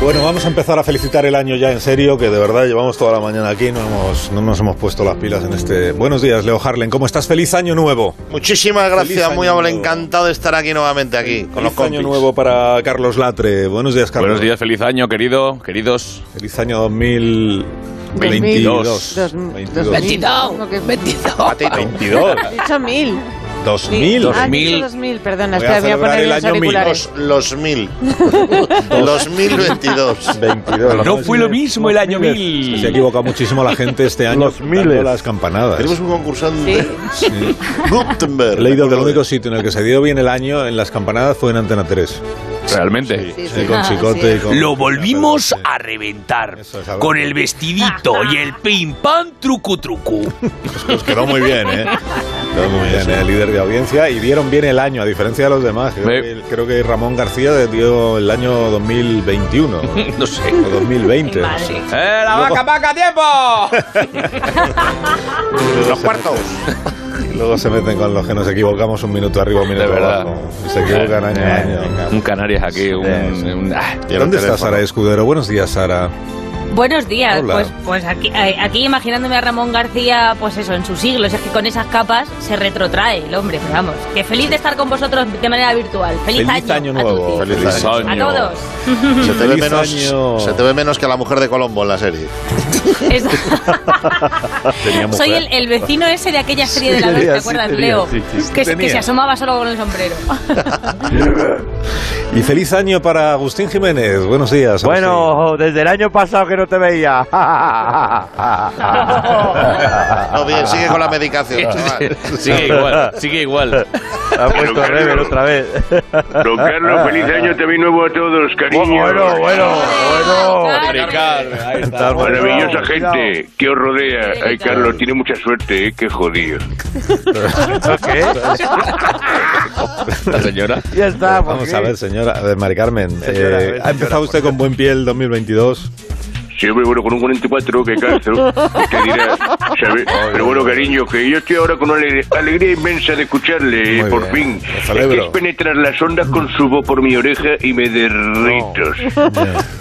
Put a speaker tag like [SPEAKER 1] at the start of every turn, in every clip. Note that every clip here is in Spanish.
[SPEAKER 1] Bueno, vamos a empezar a felicitar el año ya en serio, que de verdad llevamos toda la mañana aquí, no, hemos, no nos hemos puesto las pilas en este... Buenos días, Leo Harlen, ¿cómo estás? ¡Feliz año nuevo!
[SPEAKER 2] Muchísimas
[SPEAKER 1] Feliz
[SPEAKER 2] gracias,
[SPEAKER 1] año
[SPEAKER 2] muy amable,
[SPEAKER 1] nuevo.
[SPEAKER 2] encantado de estar aquí nuevamente aquí con los
[SPEAKER 1] Feliz año
[SPEAKER 2] compis.
[SPEAKER 1] nuevo para Carlos Latre. Buenos días, Carlos.
[SPEAKER 3] Buenos días, feliz año, querido, queridos.
[SPEAKER 1] Feliz año 2022.
[SPEAKER 3] 22.
[SPEAKER 1] 22.
[SPEAKER 4] 22.
[SPEAKER 1] Ah,
[SPEAKER 4] 22.
[SPEAKER 2] Patito.
[SPEAKER 1] 22.
[SPEAKER 4] He dicho mil.
[SPEAKER 1] 2000.
[SPEAKER 4] Ah, he
[SPEAKER 3] 2000.
[SPEAKER 4] dicho 2000, perdona.
[SPEAKER 1] Voy a
[SPEAKER 4] Espera, voy
[SPEAKER 1] celebrar
[SPEAKER 4] a poner
[SPEAKER 1] el
[SPEAKER 4] los
[SPEAKER 1] año mil.
[SPEAKER 4] auriculares.
[SPEAKER 2] Los, los mil. los mil veintidós.
[SPEAKER 1] 22.
[SPEAKER 3] No fue lo mismo el año 1000.
[SPEAKER 1] Se ha equivocado muchísimo la gente este año.
[SPEAKER 5] Los
[SPEAKER 1] dando
[SPEAKER 5] miles.
[SPEAKER 1] las campanadas.
[SPEAKER 2] Tenemos un concursante.
[SPEAKER 1] Sí.
[SPEAKER 2] Gutenberg.
[SPEAKER 1] He leído que el único sitio en el que se dio bien el año en las campanadas fue en Antena 3.
[SPEAKER 3] Realmente.
[SPEAKER 1] Sí,
[SPEAKER 4] Sí, sí.
[SPEAKER 1] con Chicote y con...
[SPEAKER 6] Lo volvimos
[SPEAKER 1] Sí.
[SPEAKER 6] a reventar
[SPEAKER 1] Eso es algo.
[SPEAKER 6] con el vestidito y el pim pam trucu trucu.
[SPEAKER 1] Pues quedó muy bien, ¿eh? Quedó muy bien, ¿eh? líder de audiencia. Y dieron bien el año, a diferencia de los demás. Creo,
[SPEAKER 3] Me-
[SPEAKER 1] que, creo que Ramón García dio el año 2021.
[SPEAKER 3] No sé.
[SPEAKER 1] O 2020. no sé.
[SPEAKER 3] ¡Eh, la vaca vaca tiempo!
[SPEAKER 2] Los cuartos.
[SPEAKER 1] Y Luego se meten con los que nos equivocamos un minuto arriba, un minuto
[SPEAKER 3] De verdad. Eh,
[SPEAKER 1] abajo. Y se equivocan año a
[SPEAKER 3] Un
[SPEAKER 1] año.
[SPEAKER 3] Canarias aquí, un.
[SPEAKER 1] Sí, sí.
[SPEAKER 3] un- ah.
[SPEAKER 2] Y el
[SPEAKER 1] ¿Dónde está
[SPEAKER 2] teléfono.
[SPEAKER 1] Sara Escudero? Buenos días, Sara.
[SPEAKER 7] Buenos días,
[SPEAKER 1] Hola.
[SPEAKER 7] pues, pues aquí, eh, aquí imaginándome a Ramón García, pues eso, en sus siglos, es que con esas capas se retrotrae el hombre, pero vamos, que feliz de estar con vosotros de manera virtual. Feliz,
[SPEAKER 1] año
[SPEAKER 7] a
[SPEAKER 1] nuevo.
[SPEAKER 7] tutti.
[SPEAKER 2] Feliz
[SPEAKER 3] Feliz
[SPEAKER 2] año.
[SPEAKER 7] A
[SPEAKER 3] año.
[SPEAKER 7] todos.
[SPEAKER 2] Se te, ve
[SPEAKER 1] Feliz
[SPEAKER 2] menos,
[SPEAKER 1] año.
[SPEAKER 2] se te ve menos que a la mujer de Colombo en la serie.
[SPEAKER 7] Es-
[SPEAKER 1] Tenía mujer.
[SPEAKER 7] Soy el, el vecino ese de aquella serie de la noche,
[SPEAKER 5] tenía,
[SPEAKER 7] ¿te
[SPEAKER 5] sí,
[SPEAKER 7] acuerdas,
[SPEAKER 5] tenía,
[SPEAKER 7] Leo?
[SPEAKER 5] sí, sí, sí,
[SPEAKER 7] que, se- que
[SPEAKER 1] tenía.
[SPEAKER 7] se asomaba solo con el sombrero.
[SPEAKER 1] Y feliz año para Agustín Jiménez. Buenos días. Agustín.
[SPEAKER 5] Bueno, desde el año pasado que no te veía.
[SPEAKER 1] Ah,
[SPEAKER 2] No, bien, sigue con la medicación. chaval.
[SPEAKER 3] Sigue igual, sigue igual.
[SPEAKER 5] Ha puesto Rebel otra vez.
[SPEAKER 8] Don
[SPEAKER 9] Ah,
[SPEAKER 8] Carlos, feliz
[SPEAKER 1] Ah,
[SPEAKER 8] año también nuevo a todos, cariño.
[SPEAKER 5] Bueno, bueno, bueno.
[SPEAKER 7] Claro.
[SPEAKER 3] Ahí está.
[SPEAKER 8] Maravillosa
[SPEAKER 5] Cuidado,
[SPEAKER 8] gente que os rodea. Ay, Carlos, tiene mucha suerte, ¿eh? Qué jodido.
[SPEAKER 5] ¿Qué?
[SPEAKER 3] La señora.
[SPEAKER 5] Ya está, por
[SPEAKER 1] Vamos
[SPEAKER 5] fin.
[SPEAKER 1] a ver, señora eh, Mari Carmen.
[SPEAKER 5] Señora,
[SPEAKER 1] eh,
[SPEAKER 5] señora,
[SPEAKER 1] ha empezado usted con buen pie el 2022.
[SPEAKER 8] Siempre, bueno, con un 44 que calzo, usted dirá, ¿sabe? Pero bueno, cariño, que yo estoy ahora con una ale- alegría inmensa de escucharle, eh,
[SPEAKER 1] Muy
[SPEAKER 8] por
[SPEAKER 1] bien,
[SPEAKER 8] fin.
[SPEAKER 1] lo
[SPEAKER 8] Es
[SPEAKER 1] celebro.
[SPEAKER 8] que es penetrar las ondas con su voz por mi oreja y me derrito.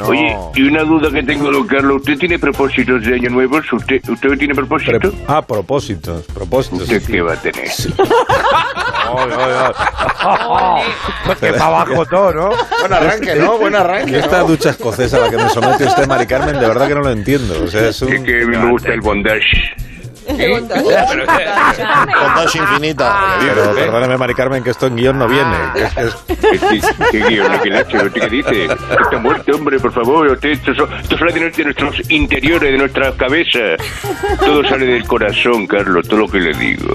[SPEAKER 8] Oye, y una duda que tengo, don Carlos, ¿usted tiene propósitos de año nuevo? ¿Usted, usted tiene propósito?
[SPEAKER 1] Pre- ah, propósitos, propósitos.
[SPEAKER 8] ¿Usted qué va a tener?
[SPEAKER 5] Oy, oy, oy. Pues que para abajo todo, ¿no?
[SPEAKER 2] Buen arranque, ¿no? Buen
[SPEAKER 1] Y
[SPEAKER 2] arranque.
[SPEAKER 1] esta ducha escocesa a la que me somete usted, Mari Carmen, de verdad que no lo entiendo. O sea, es un...
[SPEAKER 8] Es que a mí me gusta el bondage.
[SPEAKER 2] Con dos infinitas.
[SPEAKER 1] Pero perdóneme, Mari Carmen, que esto en guión no viene. Es- es-
[SPEAKER 8] Este, ¿Qué guión es que le ha hecho? ¿Usted qué dice? Está muerto, hombre, por favor. Usted, esto, son- esto sale de, nuestro- de nuestros interiores, de nuestras cabezas. Todo sale del corazón, Carlos, todo lo que le digo.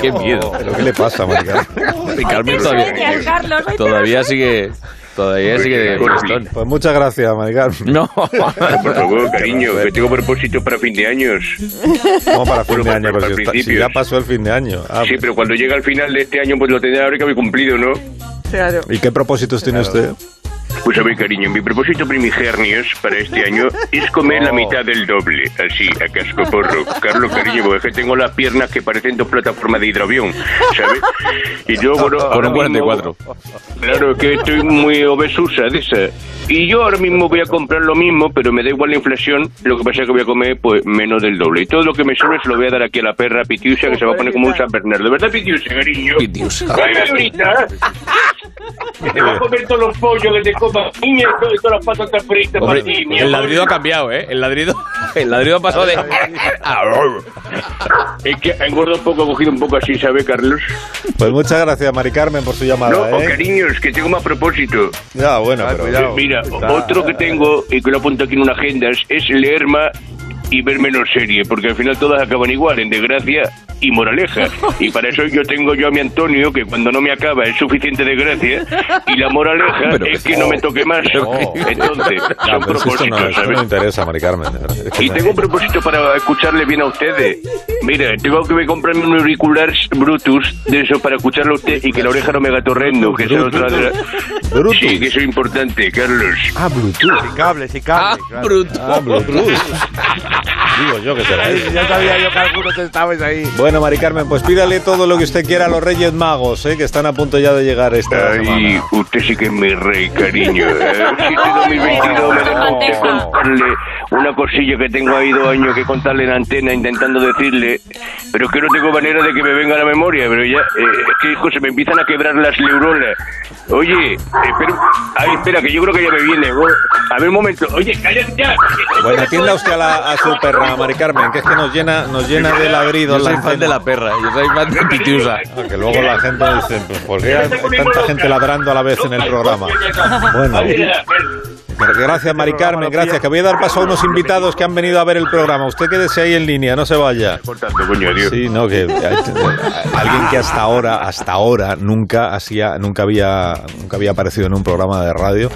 [SPEAKER 3] Qué miedo.
[SPEAKER 1] ¿Pero qué le pasa, Mari Carmen?
[SPEAKER 3] Y Carmen
[SPEAKER 7] Qué sueñas,
[SPEAKER 3] todavía.
[SPEAKER 7] Carlos, hoy te
[SPEAKER 3] Todavía sigue. Todavía sigue de fiestón.
[SPEAKER 1] Pues muchas gracias, Mari Carmen.
[SPEAKER 3] No.
[SPEAKER 8] Por favor, cariño, que tengo propósito para fin de años.
[SPEAKER 1] Como para fin de año, pero si,
[SPEAKER 8] Bueno, para
[SPEAKER 1] está- si
[SPEAKER 8] principios.
[SPEAKER 1] ya pasó el fin de año. Ah,
[SPEAKER 8] Sí, pero cuando llega al final de este año, pues lo tendrá ahora que haber cumplido, ¿no?
[SPEAKER 4] Claro.
[SPEAKER 1] ¿Y qué propósitos tiene usted?
[SPEAKER 8] Pues a ver, cariño, mi propósito primigernio es para este año es comer
[SPEAKER 3] Oh.
[SPEAKER 8] la mitad del doble, así, a casco porro. Carlos, cariño, porque es que tengo las piernas que parecen dos plataformas de hidroavión, ¿sabes? Y yo, bueno,
[SPEAKER 3] Con
[SPEAKER 8] ahora
[SPEAKER 3] un
[SPEAKER 8] mismo-
[SPEAKER 3] 44.
[SPEAKER 8] Claro, que estoy muy obesusa, dice. Y yo ahora mismo voy a comprar lo mismo, pero me da igual la inflación. Lo que pasa es que voy a comer pues menos del doble. Y todo lo que me sobre se lo voy a dar aquí a la perra Pitiusa, que se va a poner como un San Bernardo. ¿Verdad, Pitiusa, cariño?
[SPEAKER 1] ah,
[SPEAKER 3] Pitiusa.
[SPEAKER 8] ¡Ay, ahorita! Que te va a comer todos los pollos que te comas, niña, y todas- y todas las patatas fritas para ti, mi
[SPEAKER 3] el
[SPEAKER 8] amor.
[SPEAKER 3] ladrido ha cambiado, ¿eh? El ladrido, el ladrido ha pasado de.
[SPEAKER 8] Es que ha engordado un poco, ha cogido un poco así, ¿sabe, Carlos?
[SPEAKER 1] Pues muchas gracias, Mari Carmen, por su
[SPEAKER 8] No,
[SPEAKER 1] llamada,
[SPEAKER 8] oh,
[SPEAKER 1] ¿eh?
[SPEAKER 8] cariño, es que tengo más propósito.
[SPEAKER 1] Ya, bueno,
[SPEAKER 5] Ay,
[SPEAKER 1] pero...
[SPEAKER 5] cuidado.
[SPEAKER 8] Mira, otro que tengo y que lo apunto aquí en una agenda es, es leer más y ver menos serie, porque al final todas acaban igual, en desgracia y moraleja. Y para eso yo tengo yo a mi Antonio, que cuando no me acaba es suficiente desgracia, y la
[SPEAKER 1] Ah,
[SPEAKER 8] moraleja
[SPEAKER 3] Pero-
[SPEAKER 8] es que no me toque más. Entonces,
[SPEAKER 1] Ya,
[SPEAKER 8] son
[SPEAKER 1] Ah, pero es que esto no,
[SPEAKER 8] propósitos,
[SPEAKER 1] esto no
[SPEAKER 8] ¿sabes?
[SPEAKER 1] me interesa, Mari Carmen. de verdad.
[SPEAKER 8] Y tengo un propósito para escucharle bien a ustedes. Mira, tengo que comprarme un auricular Brutus de esos para escucharlo a usted y que la oreja no me haga torrendo, que eso es otra de la-
[SPEAKER 1] Brutus.
[SPEAKER 8] Sí, que eso es importante, Carlos.
[SPEAKER 1] Ah, Bluetooth.
[SPEAKER 5] Sin cable, sin cable. claro.
[SPEAKER 1] Ah, Bluetooth. Digo yo que será
[SPEAKER 5] Ay,
[SPEAKER 1] eso.
[SPEAKER 5] ya sabía yo que algunos estabais ahí.
[SPEAKER 1] Bueno, Mari Carmen, pues pídale todo lo que usted quiera a los Reyes Magos, ¿eh? que están a punto ya de llegar esta
[SPEAKER 8] Ay,
[SPEAKER 1] semana.
[SPEAKER 8] usted sí que es mi rey, cariño. ¿eh? Si este 2022 me deja usted contarle una cosilla que tengo ahí dos años que contarle en antena intentando decirle, pero es que no tengo manera de que me venga a la memoria, pero ya, eh, es que hijo, se me empiezan a quebrar las neuronas. Oye, espera, ay, espera, que yo creo que ya me viene. oh, A ver un momento, oye, cállate ya.
[SPEAKER 1] Bueno, atienda usted a, la- a su perra, Mari Carmen, que es que nos llena, nos llena de ladridos
[SPEAKER 3] Yo
[SPEAKER 1] la
[SPEAKER 3] soy fan
[SPEAKER 1] antena.
[SPEAKER 3] de la perra, yo soy fan de Pitiusa.
[SPEAKER 1] Ah, Que luego la gente dice, pues, ¿por qué hay tanta gente ladrando a la vez en el programa? Bueno, gracias Mari Carmen, gracias. Que voy a dar paso a unos invitados que han venido a ver el programa. Usted quédese ahí en línea, no se vaya.
[SPEAKER 8] Cortando, coño, adiós.
[SPEAKER 1] Sí, no, que alguien que hasta ahora, hasta ahora nunca hacía, nunca había, nunca había aparecido en un programa de radio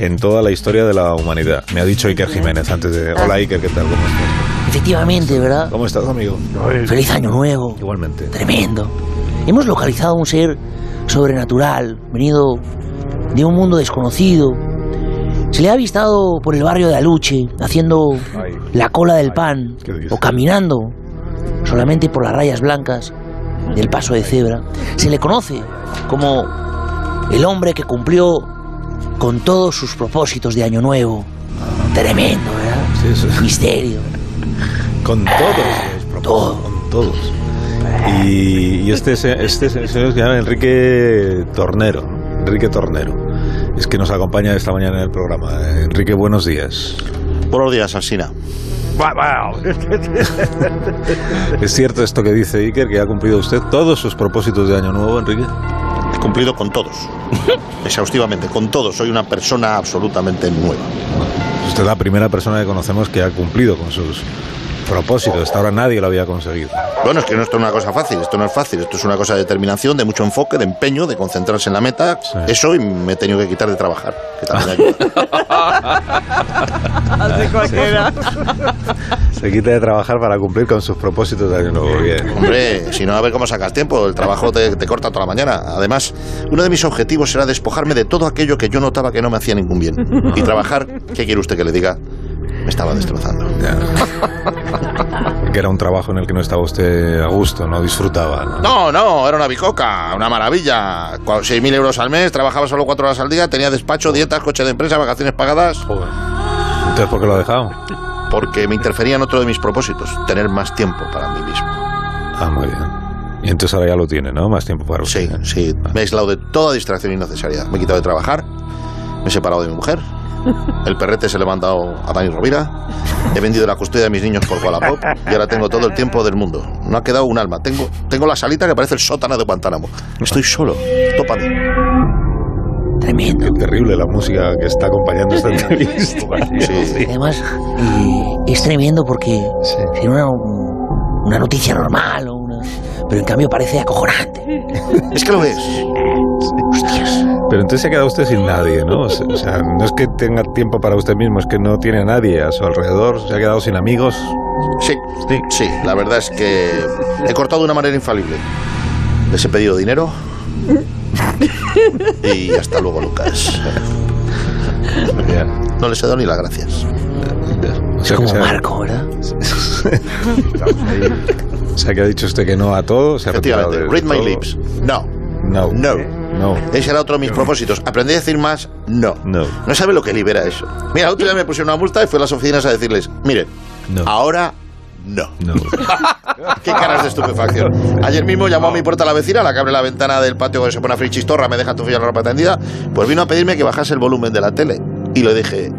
[SPEAKER 1] en toda la historia de la humanidad. Me ha dicho Iker Jiménez antes de. Hola Iker, ¿qué tal? ¿Cómo estás?
[SPEAKER 10] Efectivamente, ¿verdad?
[SPEAKER 1] ¿Cómo estás, amigo?
[SPEAKER 10] Feliz año nuevo.
[SPEAKER 1] Igualmente.
[SPEAKER 10] Tremendo. Hemos localizado un ser sobrenatural, venido de un mundo desconocido. Se le ha avistado por el barrio de Aluche, haciendo
[SPEAKER 1] Ay.
[SPEAKER 10] la cola del pan
[SPEAKER 1] ¿qué dices?
[SPEAKER 10] o caminando solamente por las rayas blancas del paso de cebra. Se le conoce como el hombre que cumplió con todos sus propósitos de año nuevo. Tremendo, ¿verdad?
[SPEAKER 1] Sí, sí.
[SPEAKER 10] Misterio.
[SPEAKER 1] Con todos los propósitos, con todos. Y, y este, se- este se- señor se llama Enrique Tornero. Enrique Tornero. Es que nos acompaña esta mañana en el programa. Eh, Enrique, buenos días.
[SPEAKER 2] Buenos días, Asina.
[SPEAKER 5] Va- va.
[SPEAKER 1] ¿Es cierto esto que dice Iker, que ha cumplido usted todos sus propósitos de año nuevo, Enrique?
[SPEAKER 2] He cumplido con todos. Exhaustivamente, con todos. Soy una persona absolutamente nueva.
[SPEAKER 1] Es usted es la primera persona que conocemos que ha cumplido con sus propósitos. Hasta ahora nadie lo había conseguido.
[SPEAKER 2] Bueno, es que no esto es una cosa fácil, esto no es fácil, esto es una cosa de determinación, de mucho enfoque, de empeño, de concentrarse en la meta.
[SPEAKER 1] Sí.
[SPEAKER 2] Eso y me he tenido que quitar de trabajar, que también ayuda.
[SPEAKER 4] Hace cualquiera.
[SPEAKER 1] Se quita de trabajar para cumplir con sus propósitos de año nuevo. Bien.
[SPEAKER 2] Hombre, si no, a ver cómo sacas tiempo, el trabajo te, te corta toda la mañana. Además, uno de mis objetivos era despojarme de todo aquello que yo notaba que no me hacía ningún bien. Y trabajar, ¿qué quiere usted que le diga? Me estaba destrozando.
[SPEAKER 1] Que era un trabajo en el que no estaba usted a gusto, no disfrutaba. ¿no?
[SPEAKER 2] No, no, era una bicoca, una maravilla. Cua- 6.000 euros al mes, trabajaba solo 4 horas al día, tenía despacho, dietas, coche de empresa, vacaciones pagadas,
[SPEAKER 1] Joder. Entonces, ¿por qué lo ha dejado?
[SPEAKER 2] porque me interfería en otro de mis propósitos, tener más tiempo para mí mismo.
[SPEAKER 1] Ah, muy bien. Y entonces ahora ya lo tiene, ¿no? Más tiempo para
[SPEAKER 2] Sí,
[SPEAKER 1] usted. ¿eh?
[SPEAKER 2] sí, me he aislado de toda distracción innecesaria. Me he quitado de trabajar, me he separado de mi mujer, el perrete se le ha mandado a Dani Rovira, he vendido la custodia de mis niños por Wallapop y ahora tengo todo el tiempo del mundo. No ha quedado un alma. Tengo, tengo la salita que parece el sótano de Guantánamo. Estoy solo, topa mí.
[SPEAKER 10] Tremendo.
[SPEAKER 1] Qué terrible la música que está acompañando esta entrevista.
[SPEAKER 2] Sí.
[SPEAKER 10] Además, eh, es tremendo porque sería una, una noticia normal, o una- pero en cambio parece acojonante.
[SPEAKER 2] Es que lo es.
[SPEAKER 10] Hostias.
[SPEAKER 1] Pero entonces se ha quedado usted sin nadie, ¿no? O se- o sea, no es que tenga tiempo para usted mismo, es que no tiene a nadie a su alrededor, se ha quedado sin amigos.
[SPEAKER 2] Sí,
[SPEAKER 1] Sí.
[SPEAKER 2] sí, la verdad es que he cortado de una manera infalible. Les he pedido dinero. Y hasta luego, Lucas. No les he dado ni las gracias.
[SPEAKER 1] O
[SPEAKER 10] Es
[SPEAKER 1] sea, que
[SPEAKER 10] como
[SPEAKER 1] se, ha,
[SPEAKER 10] Marco, ¿verdad?
[SPEAKER 1] o sea, que ha dicho usted que no a todo, se ha retirado
[SPEAKER 2] Efectivamente,
[SPEAKER 1] de-
[SPEAKER 2] read
[SPEAKER 1] de
[SPEAKER 2] my
[SPEAKER 1] todo.
[SPEAKER 2] lips. No.
[SPEAKER 1] No.
[SPEAKER 2] No.
[SPEAKER 1] No.
[SPEAKER 2] Ese era otro de mis propósitos. Aprendí a decir más, no.
[SPEAKER 1] No.
[SPEAKER 2] No sabe lo que libera eso. Mira, el otro día me pusieron una multa y fui a las oficinas a decirles, mire,
[SPEAKER 1] No.
[SPEAKER 2] ahora no.
[SPEAKER 1] No.
[SPEAKER 2] Qué caras de estupefacción. Ayer mismo llamó a mi puerta la vecina, la que abre la ventana del patio que se pone a freír chistorra, me deja tu la ropa tendida. Pues vino a pedirme que bajase el volumen de la tele. Y le dije,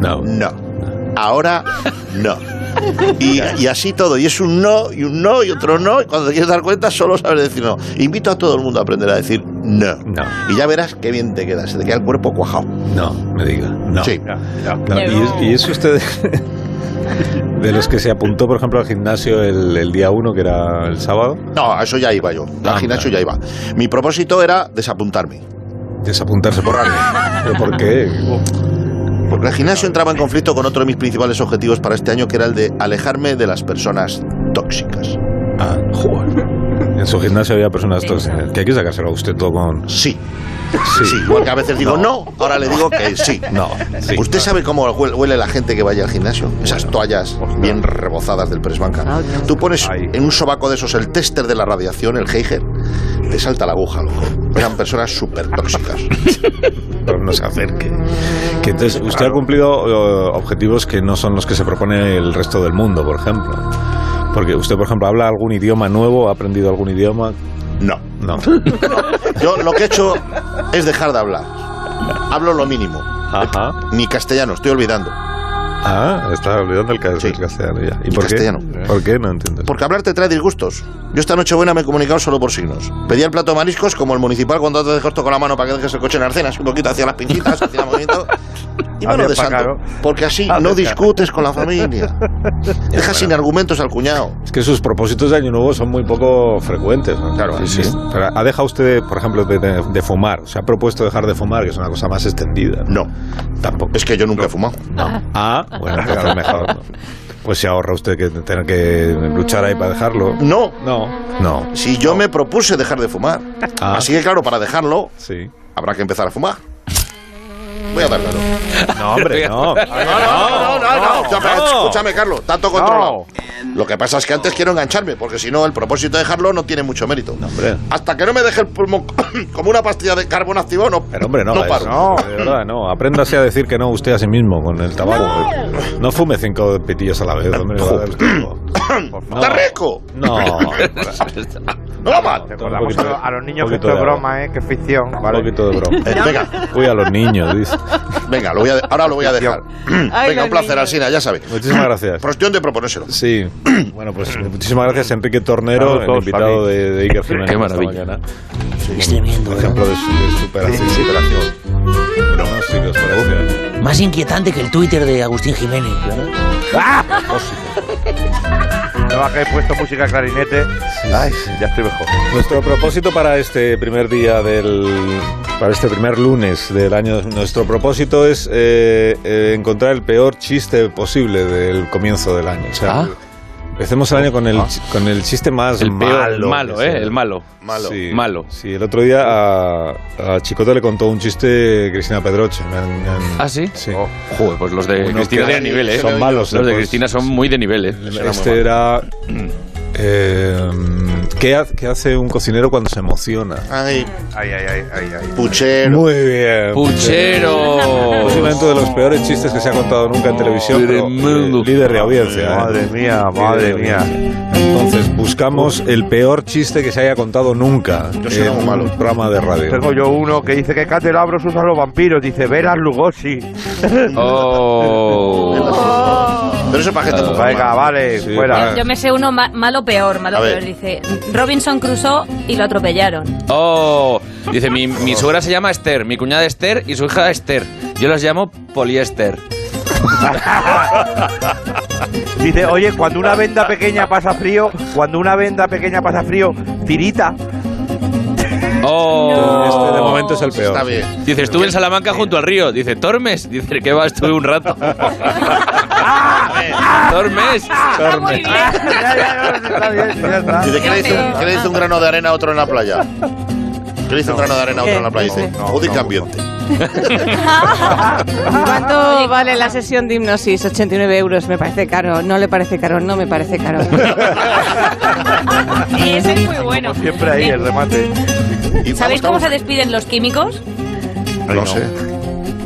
[SPEAKER 1] No.
[SPEAKER 2] no. Ahora, no. Y, y así todo. Y es un no, y un no, y otro no. Y cuando te quieres dar cuenta, solo sabes decir no. Invito a todo el mundo a aprender a decir no.
[SPEAKER 1] No.
[SPEAKER 2] Y ya verás qué bien te queda. Se te queda el cuerpo cuajado.
[SPEAKER 1] No, me diga. No.
[SPEAKER 2] Sí.
[SPEAKER 1] No, y, es- y eso usted De los que se apuntó, por ejemplo, al gimnasio el, el día 1, que era el sábado,
[SPEAKER 2] No, a eso ya iba yo. Al
[SPEAKER 1] Ah,
[SPEAKER 2] gimnasio ya iba. Mi propósito era desapuntarme,
[SPEAKER 1] desapuntarse por algo. ¿Pero por qué?
[SPEAKER 2] porque el gimnasio entraba en conflicto con otro de mis principales objetivos para este año, que era el de alejarme de las personas tóxicas.
[SPEAKER 1] Ah, joder. En su gimnasio había personas tóxicas. Que hay que sacárselo a usted todo con...
[SPEAKER 2] Sí. Sí. igual que a veces digo no, ahora le digo que sí.
[SPEAKER 1] No, sí,
[SPEAKER 2] ¿Usted
[SPEAKER 1] no.
[SPEAKER 2] sabe cómo huele, huele la gente que vaya al gimnasio? Esas toallas
[SPEAKER 1] pues
[SPEAKER 2] bien rebozadas del Presbanca. Tú pones
[SPEAKER 1] Ay.
[SPEAKER 2] en un sobaco de esos el tester de la radiación, el Geiger, te salta la aguja, loco. Eran personas súper tóxicas.
[SPEAKER 1] pero no se acerque. Que entonces usted ha cumplido eh, objetivos que no son los que se propone el resto del mundo, por ejemplo. Porque usted, por ejemplo, habla algún idioma nuevo, ha aprendido algún idioma.
[SPEAKER 2] No.
[SPEAKER 1] No.
[SPEAKER 2] Yo lo que he hecho es dejar de hablar. Hablo lo mínimo.
[SPEAKER 1] Ajá.
[SPEAKER 2] Ni castellano, estoy olvidando.
[SPEAKER 1] Ah, estaba olvidando el, cas-
[SPEAKER 2] Sí.
[SPEAKER 1] el castellano ya. ¿Y
[SPEAKER 2] El
[SPEAKER 1] por
[SPEAKER 2] castellano.
[SPEAKER 1] qué? ¿Por qué? No entiendo.
[SPEAKER 2] Porque hablar te trae disgustos. Yo esta noche buena me he comunicado solo por signos. Pedía el plato de mariscos como el municipal cuando te gesto con la mano para que dejes el coche en arcenas, un poquito hacia las pincitas, hacia el movimiento. Y
[SPEAKER 5] Había
[SPEAKER 2] mano de
[SPEAKER 5] pájaro.
[SPEAKER 2] santo. Porque así
[SPEAKER 5] Había
[SPEAKER 2] no
[SPEAKER 5] pájaro.
[SPEAKER 2] discutes con la familia. Dejas sin argumentos al cuñado.
[SPEAKER 1] Es que sus propósitos de Año Nuevo son muy poco frecuentes. ¿no?
[SPEAKER 2] Claro,
[SPEAKER 1] sí, sí. Pero ¿Ha dejado usted, por ejemplo, de, de- de fumar? ¿Se ha propuesto dejar de fumar, que es una cosa más extendida?
[SPEAKER 2] No,
[SPEAKER 1] Tampoco.
[SPEAKER 2] es que yo nunca he fumado.
[SPEAKER 1] Ah, bueno, claro, mejor. ¿no? Pues se ahorra usted que tener que luchar ahí para dejarlo.
[SPEAKER 2] No,
[SPEAKER 1] No. No.
[SPEAKER 2] si yo me propuse dejar de fumar.
[SPEAKER 1] Ah.
[SPEAKER 2] Así que claro, para dejarlo
[SPEAKER 1] Sí.
[SPEAKER 2] habrá que empezar a fumar. Voy a darle.
[SPEAKER 1] No, hombre, no.
[SPEAKER 2] No, no, no, no, pero
[SPEAKER 1] no.
[SPEAKER 2] Escúchame, Carlos, tanto controlado. Lo que pasa es que antes quiero engancharme, porque si no, el propósito de dejarlo no tiene mucho mérito.
[SPEAKER 1] hombre.
[SPEAKER 2] Hasta que no me deje el pulmón como una pastilla de carbón activo, no,
[SPEAKER 1] Pero hombre, no,
[SPEAKER 2] no
[SPEAKER 1] es-
[SPEAKER 2] paro.
[SPEAKER 1] de verdad, no. Apréndase a decir que no usted a sí mismo con el tabaco. No, fume cinco pitillos a la vez, hombre. va a dar usted algo.
[SPEAKER 2] ¡Está rico!
[SPEAKER 1] No,
[SPEAKER 2] ¡No lo mal!
[SPEAKER 5] Recordamos a, lo- a los niños
[SPEAKER 1] Un
[SPEAKER 5] que
[SPEAKER 1] poquito
[SPEAKER 5] esto es
[SPEAKER 1] de-
[SPEAKER 5] broma, ¿eh? Qué ficción.
[SPEAKER 1] un
[SPEAKER 5] Vale.
[SPEAKER 1] poquito de broma.
[SPEAKER 2] Eh, venga,
[SPEAKER 1] Uy, a los niños, dice.
[SPEAKER 2] venga, lo voy a de- ahora lo voy a dejar. venga,
[SPEAKER 4] los
[SPEAKER 2] un placer,
[SPEAKER 4] niños.
[SPEAKER 2] Alsina, ya sabes.
[SPEAKER 1] Muchísimas gracias.
[SPEAKER 2] Cuestión de proponérselo.
[SPEAKER 1] Sí, bueno, pues muchísimas gracias Enrique Tornero,
[SPEAKER 5] Saludos,
[SPEAKER 1] el invitado
[SPEAKER 5] Fabi.
[SPEAKER 1] de, de Iker Jiménez.
[SPEAKER 3] Qué
[SPEAKER 1] esta
[SPEAKER 3] maravilla.
[SPEAKER 1] mañana.
[SPEAKER 10] Es tremendo,
[SPEAKER 1] Por
[SPEAKER 10] ¿verdad?
[SPEAKER 1] ejemplo, de, su- de superación. superación. No, sí, que os parece.
[SPEAKER 10] Más inquietante que el Twitter de Agustín Jiménez, ¿verdad?
[SPEAKER 1] ¡Ah!
[SPEAKER 10] Pues,
[SPEAKER 5] No que he puesto música clarinete. Ya estoy mejor.
[SPEAKER 1] Nuestro propósito para este primer día del. para este primer lunes del año. Nuestro propósito es eh, eh, encontrar el peor chiste posible del comienzo del año. O sea,
[SPEAKER 3] Ah.
[SPEAKER 1] empecemos el año con el, chi- con el chiste más
[SPEAKER 3] El peor, el
[SPEAKER 1] malo.
[SPEAKER 3] malo,
[SPEAKER 1] que
[SPEAKER 3] ¿eh?
[SPEAKER 1] sea.
[SPEAKER 3] El malo.
[SPEAKER 2] Malo.
[SPEAKER 1] Sí,
[SPEAKER 3] Malo.
[SPEAKER 1] Sí, el otro día a, a Chicote le contó un chiste Cristina Pedroche. Me han- me han-
[SPEAKER 3] ¿Ah, sí?
[SPEAKER 1] Sí.
[SPEAKER 3] Oh, joder, pues los de
[SPEAKER 1] Unos
[SPEAKER 3] Cristina
[SPEAKER 1] que
[SPEAKER 3] de nivel, ¿eh?
[SPEAKER 1] Son malos.
[SPEAKER 3] Los de
[SPEAKER 1] pues,
[SPEAKER 3] Cristina son muy de nivel, ¿eh?
[SPEAKER 1] Este era... eh, ¿qué, ha- qué hace un cocinero cuando se emociona?
[SPEAKER 2] Ay,
[SPEAKER 5] Ay, ay, ay, ay, ay.
[SPEAKER 2] puchero.
[SPEAKER 1] Muy bien.
[SPEAKER 3] ¡Puchero!
[SPEAKER 1] Posiblemente de los peores chistes que se ha contado nunca en televisión. pero,
[SPEAKER 3] Tremendo.
[SPEAKER 1] eh, líder de audiencia. ¿eh?
[SPEAKER 5] Madre mía, madre
[SPEAKER 1] Líder de
[SPEAKER 5] mía.
[SPEAKER 1] audiencia. Entonces, buscamos el peor chiste que se haya contado nunca
[SPEAKER 2] Yo soy
[SPEAKER 1] en
[SPEAKER 2] algo
[SPEAKER 1] un
[SPEAKER 2] malo.
[SPEAKER 1] programa de radio.
[SPEAKER 5] Tengo yo uno que dice que candelabros usan los vampiros. Dice Veras Lugosi.
[SPEAKER 3] ¡Oh!
[SPEAKER 2] Pero eso es para gente muy
[SPEAKER 5] Venga,
[SPEAKER 2] mala.
[SPEAKER 5] vale,
[SPEAKER 1] Sí,
[SPEAKER 5] fuera.
[SPEAKER 1] vale.
[SPEAKER 7] Yo me sé uno ma- malo peor, malo
[SPEAKER 2] A ver.
[SPEAKER 7] peor. Dice, Robinson cruzó y lo atropellaron.
[SPEAKER 3] ¡Oh! Dice, mi, mi suegra se llama Esther, mi cuñada Esther y su hija Esther. Yo las llamo poliéster.
[SPEAKER 5] Dice, oye, cuando una venda pequeña pasa frío, cuando una venda pequeña pasa frío, tirita.
[SPEAKER 3] ¡Oh!
[SPEAKER 1] Este de momento es el peor.
[SPEAKER 2] Está bien.
[SPEAKER 3] Dice, estuve en Salamanca junto al río. Dice, Tormes. Dice, que va, estuve un rato. Tormes.
[SPEAKER 1] Ah,
[SPEAKER 7] Muy bien.
[SPEAKER 5] Ya, ya, ya, está bien, ya está.
[SPEAKER 2] Dice, ¿qué le dice un- qué le dice un grano de arena a otro en la playa? ¿Qué le dice un grano de arena a otro en la playa? Dice,
[SPEAKER 5] No, no,
[SPEAKER 2] jodica
[SPEAKER 5] no.
[SPEAKER 2] ambiente.
[SPEAKER 4] ¿Cuánto vale la sesión de hipnosis? 89 euros. Me parece caro. No le parece caro. No me parece caro.
[SPEAKER 7] Ese es muy bueno.
[SPEAKER 5] Siempre ahí el remate.
[SPEAKER 2] Y
[SPEAKER 7] ¿Sabéis cómo
[SPEAKER 2] vamos,
[SPEAKER 7] se despiden los químicos?
[SPEAKER 2] No sé.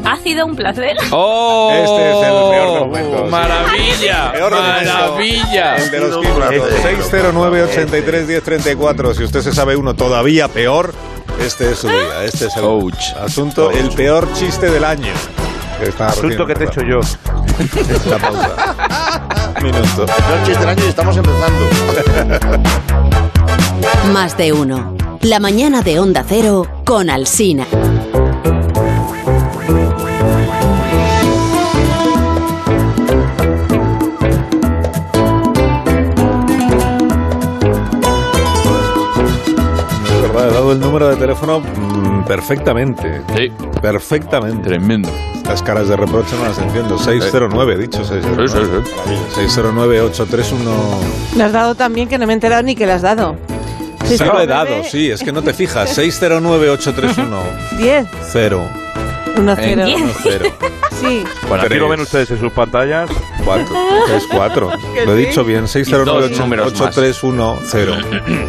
[SPEAKER 7] Ha sido un placer.
[SPEAKER 3] ¡Oh!
[SPEAKER 1] Este es el peor de los momentos.
[SPEAKER 3] ¡Maravilla!
[SPEAKER 1] Peor de los
[SPEAKER 3] ¡Maravilla!
[SPEAKER 1] El de los
[SPEAKER 2] Este.
[SPEAKER 1] 609 83 1034 Si usted se sabe uno todavía peor, este es su día. Este es el
[SPEAKER 3] Ouch.
[SPEAKER 1] asunto, el peor chiste del año. Que está
[SPEAKER 5] Asunto
[SPEAKER 1] recién,
[SPEAKER 5] que te he hecho yo.
[SPEAKER 1] La pausa. Minuto.
[SPEAKER 2] No es chiste del Este año y estamos empezando.
[SPEAKER 11] Más de uno. La mañana de Onda Cero con Alsina.
[SPEAKER 1] teléfono mm, perfectamente. Sí. Perfectamente. Tremendo. Las caras de reproche no las entiendo. 609, dicho 609.
[SPEAKER 3] Sí, sí,
[SPEAKER 1] 609-831.
[SPEAKER 4] Lo has dado también que no me he enterado ni que lo has dado.
[SPEAKER 1] Sí, lo he dado, sí, es que no te fijas. 609-831-0.
[SPEAKER 4] 10, 1, 0.
[SPEAKER 1] Eh, uno, cero.
[SPEAKER 4] Sí.
[SPEAKER 5] Bueno, aquí
[SPEAKER 1] Tres.
[SPEAKER 5] lo ven ustedes en sus pantallas.
[SPEAKER 1] 4, 3, 4.
[SPEAKER 5] Que
[SPEAKER 1] Lo he
[SPEAKER 5] sí.
[SPEAKER 1] dicho bien.
[SPEAKER 5] Y dos números
[SPEAKER 1] 609-831-0.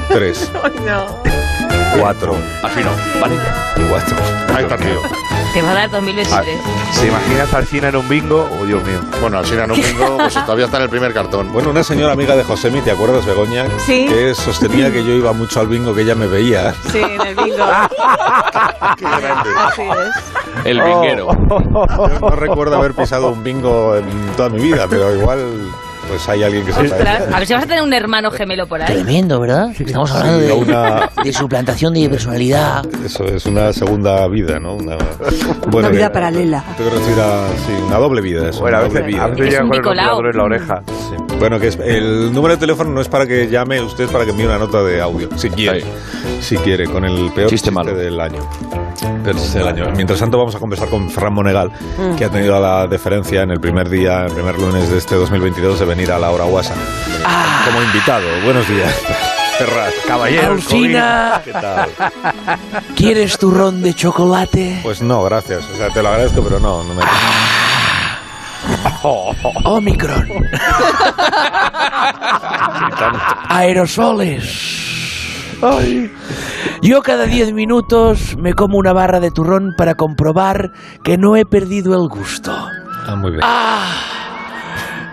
[SPEAKER 1] 3,
[SPEAKER 4] Ay, no.
[SPEAKER 1] 4.
[SPEAKER 3] Así no, vale.
[SPEAKER 1] 4.
[SPEAKER 2] Ahí está, tío.
[SPEAKER 7] Te va a dar 2023.
[SPEAKER 1] Ah,
[SPEAKER 5] ¿Te imaginas al cine en un bingo? Oh, Dios mío.
[SPEAKER 2] Bueno, al cine en un bingo, pues todavía está en el primer cartón.
[SPEAKER 1] Bueno, una señora amiga de Josemi, ¿te acuerdas, Begoña?
[SPEAKER 4] Sí.
[SPEAKER 1] Que sostenía que yo iba mucho al bingo, que ella me veía.
[SPEAKER 4] Sí, en el bingo. Así es.
[SPEAKER 3] El vinguero.
[SPEAKER 1] Oh. Yo no recuerdo haber pisado un bingo en toda mi vida, pero igual pues hay alguien que se
[SPEAKER 7] Ostras,
[SPEAKER 1] parece.
[SPEAKER 7] a ver si vas a tener un hermano gemelo por ahí.
[SPEAKER 10] Tremendo, ¿verdad? Estamos hablando
[SPEAKER 1] Sí,
[SPEAKER 10] de,
[SPEAKER 1] una-
[SPEAKER 10] de suplantación de personalidad.
[SPEAKER 1] Eso es una segunda vida, ¿no? Una,
[SPEAKER 4] Una vida
[SPEAKER 1] que-
[SPEAKER 4] paralela.
[SPEAKER 1] Yo creo que era, sí, una doble vida, eso.
[SPEAKER 5] Bueno, a
[SPEAKER 1] una doble
[SPEAKER 5] veces, a
[SPEAKER 1] vida.
[SPEAKER 5] veces
[SPEAKER 7] Es
[SPEAKER 5] llega
[SPEAKER 7] un
[SPEAKER 5] con el
[SPEAKER 7] Nicolau.
[SPEAKER 5] ventilador en la oreja.
[SPEAKER 1] Sí. Bueno, que es, el número de teléfono no es para que llame usted para que envíe una nota de audio, si quiere, si quiere, con el peor
[SPEAKER 3] Chiste
[SPEAKER 1] chiste,
[SPEAKER 3] malo.
[SPEAKER 1] del año. Del- del año. Mientras tanto vamos a conversar con Fran Monegal,
[SPEAKER 4] Mm.
[SPEAKER 1] que ha tenido la deferencia en el primer día, el primer lunes de este 2022 de venir a la hora guasa
[SPEAKER 3] Ah.
[SPEAKER 1] como invitado. Buenos días. Ferraz,
[SPEAKER 5] Caballero.
[SPEAKER 10] Alsina,
[SPEAKER 1] ¿qué tal?
[SPEAKER 10] ¿quieres turrón de chocolate?
[SPEAKER 1] Pues no, gracias. O sea, te lo agradezco, pero no, no me.
[SPEAKER 10] Ah. Omicron. Aerosoles. Yo cada 10 minutos me como una barra de turrón para comprobar que no he perdido el gusto.
[SPEAKER 1] Ah, muy bien.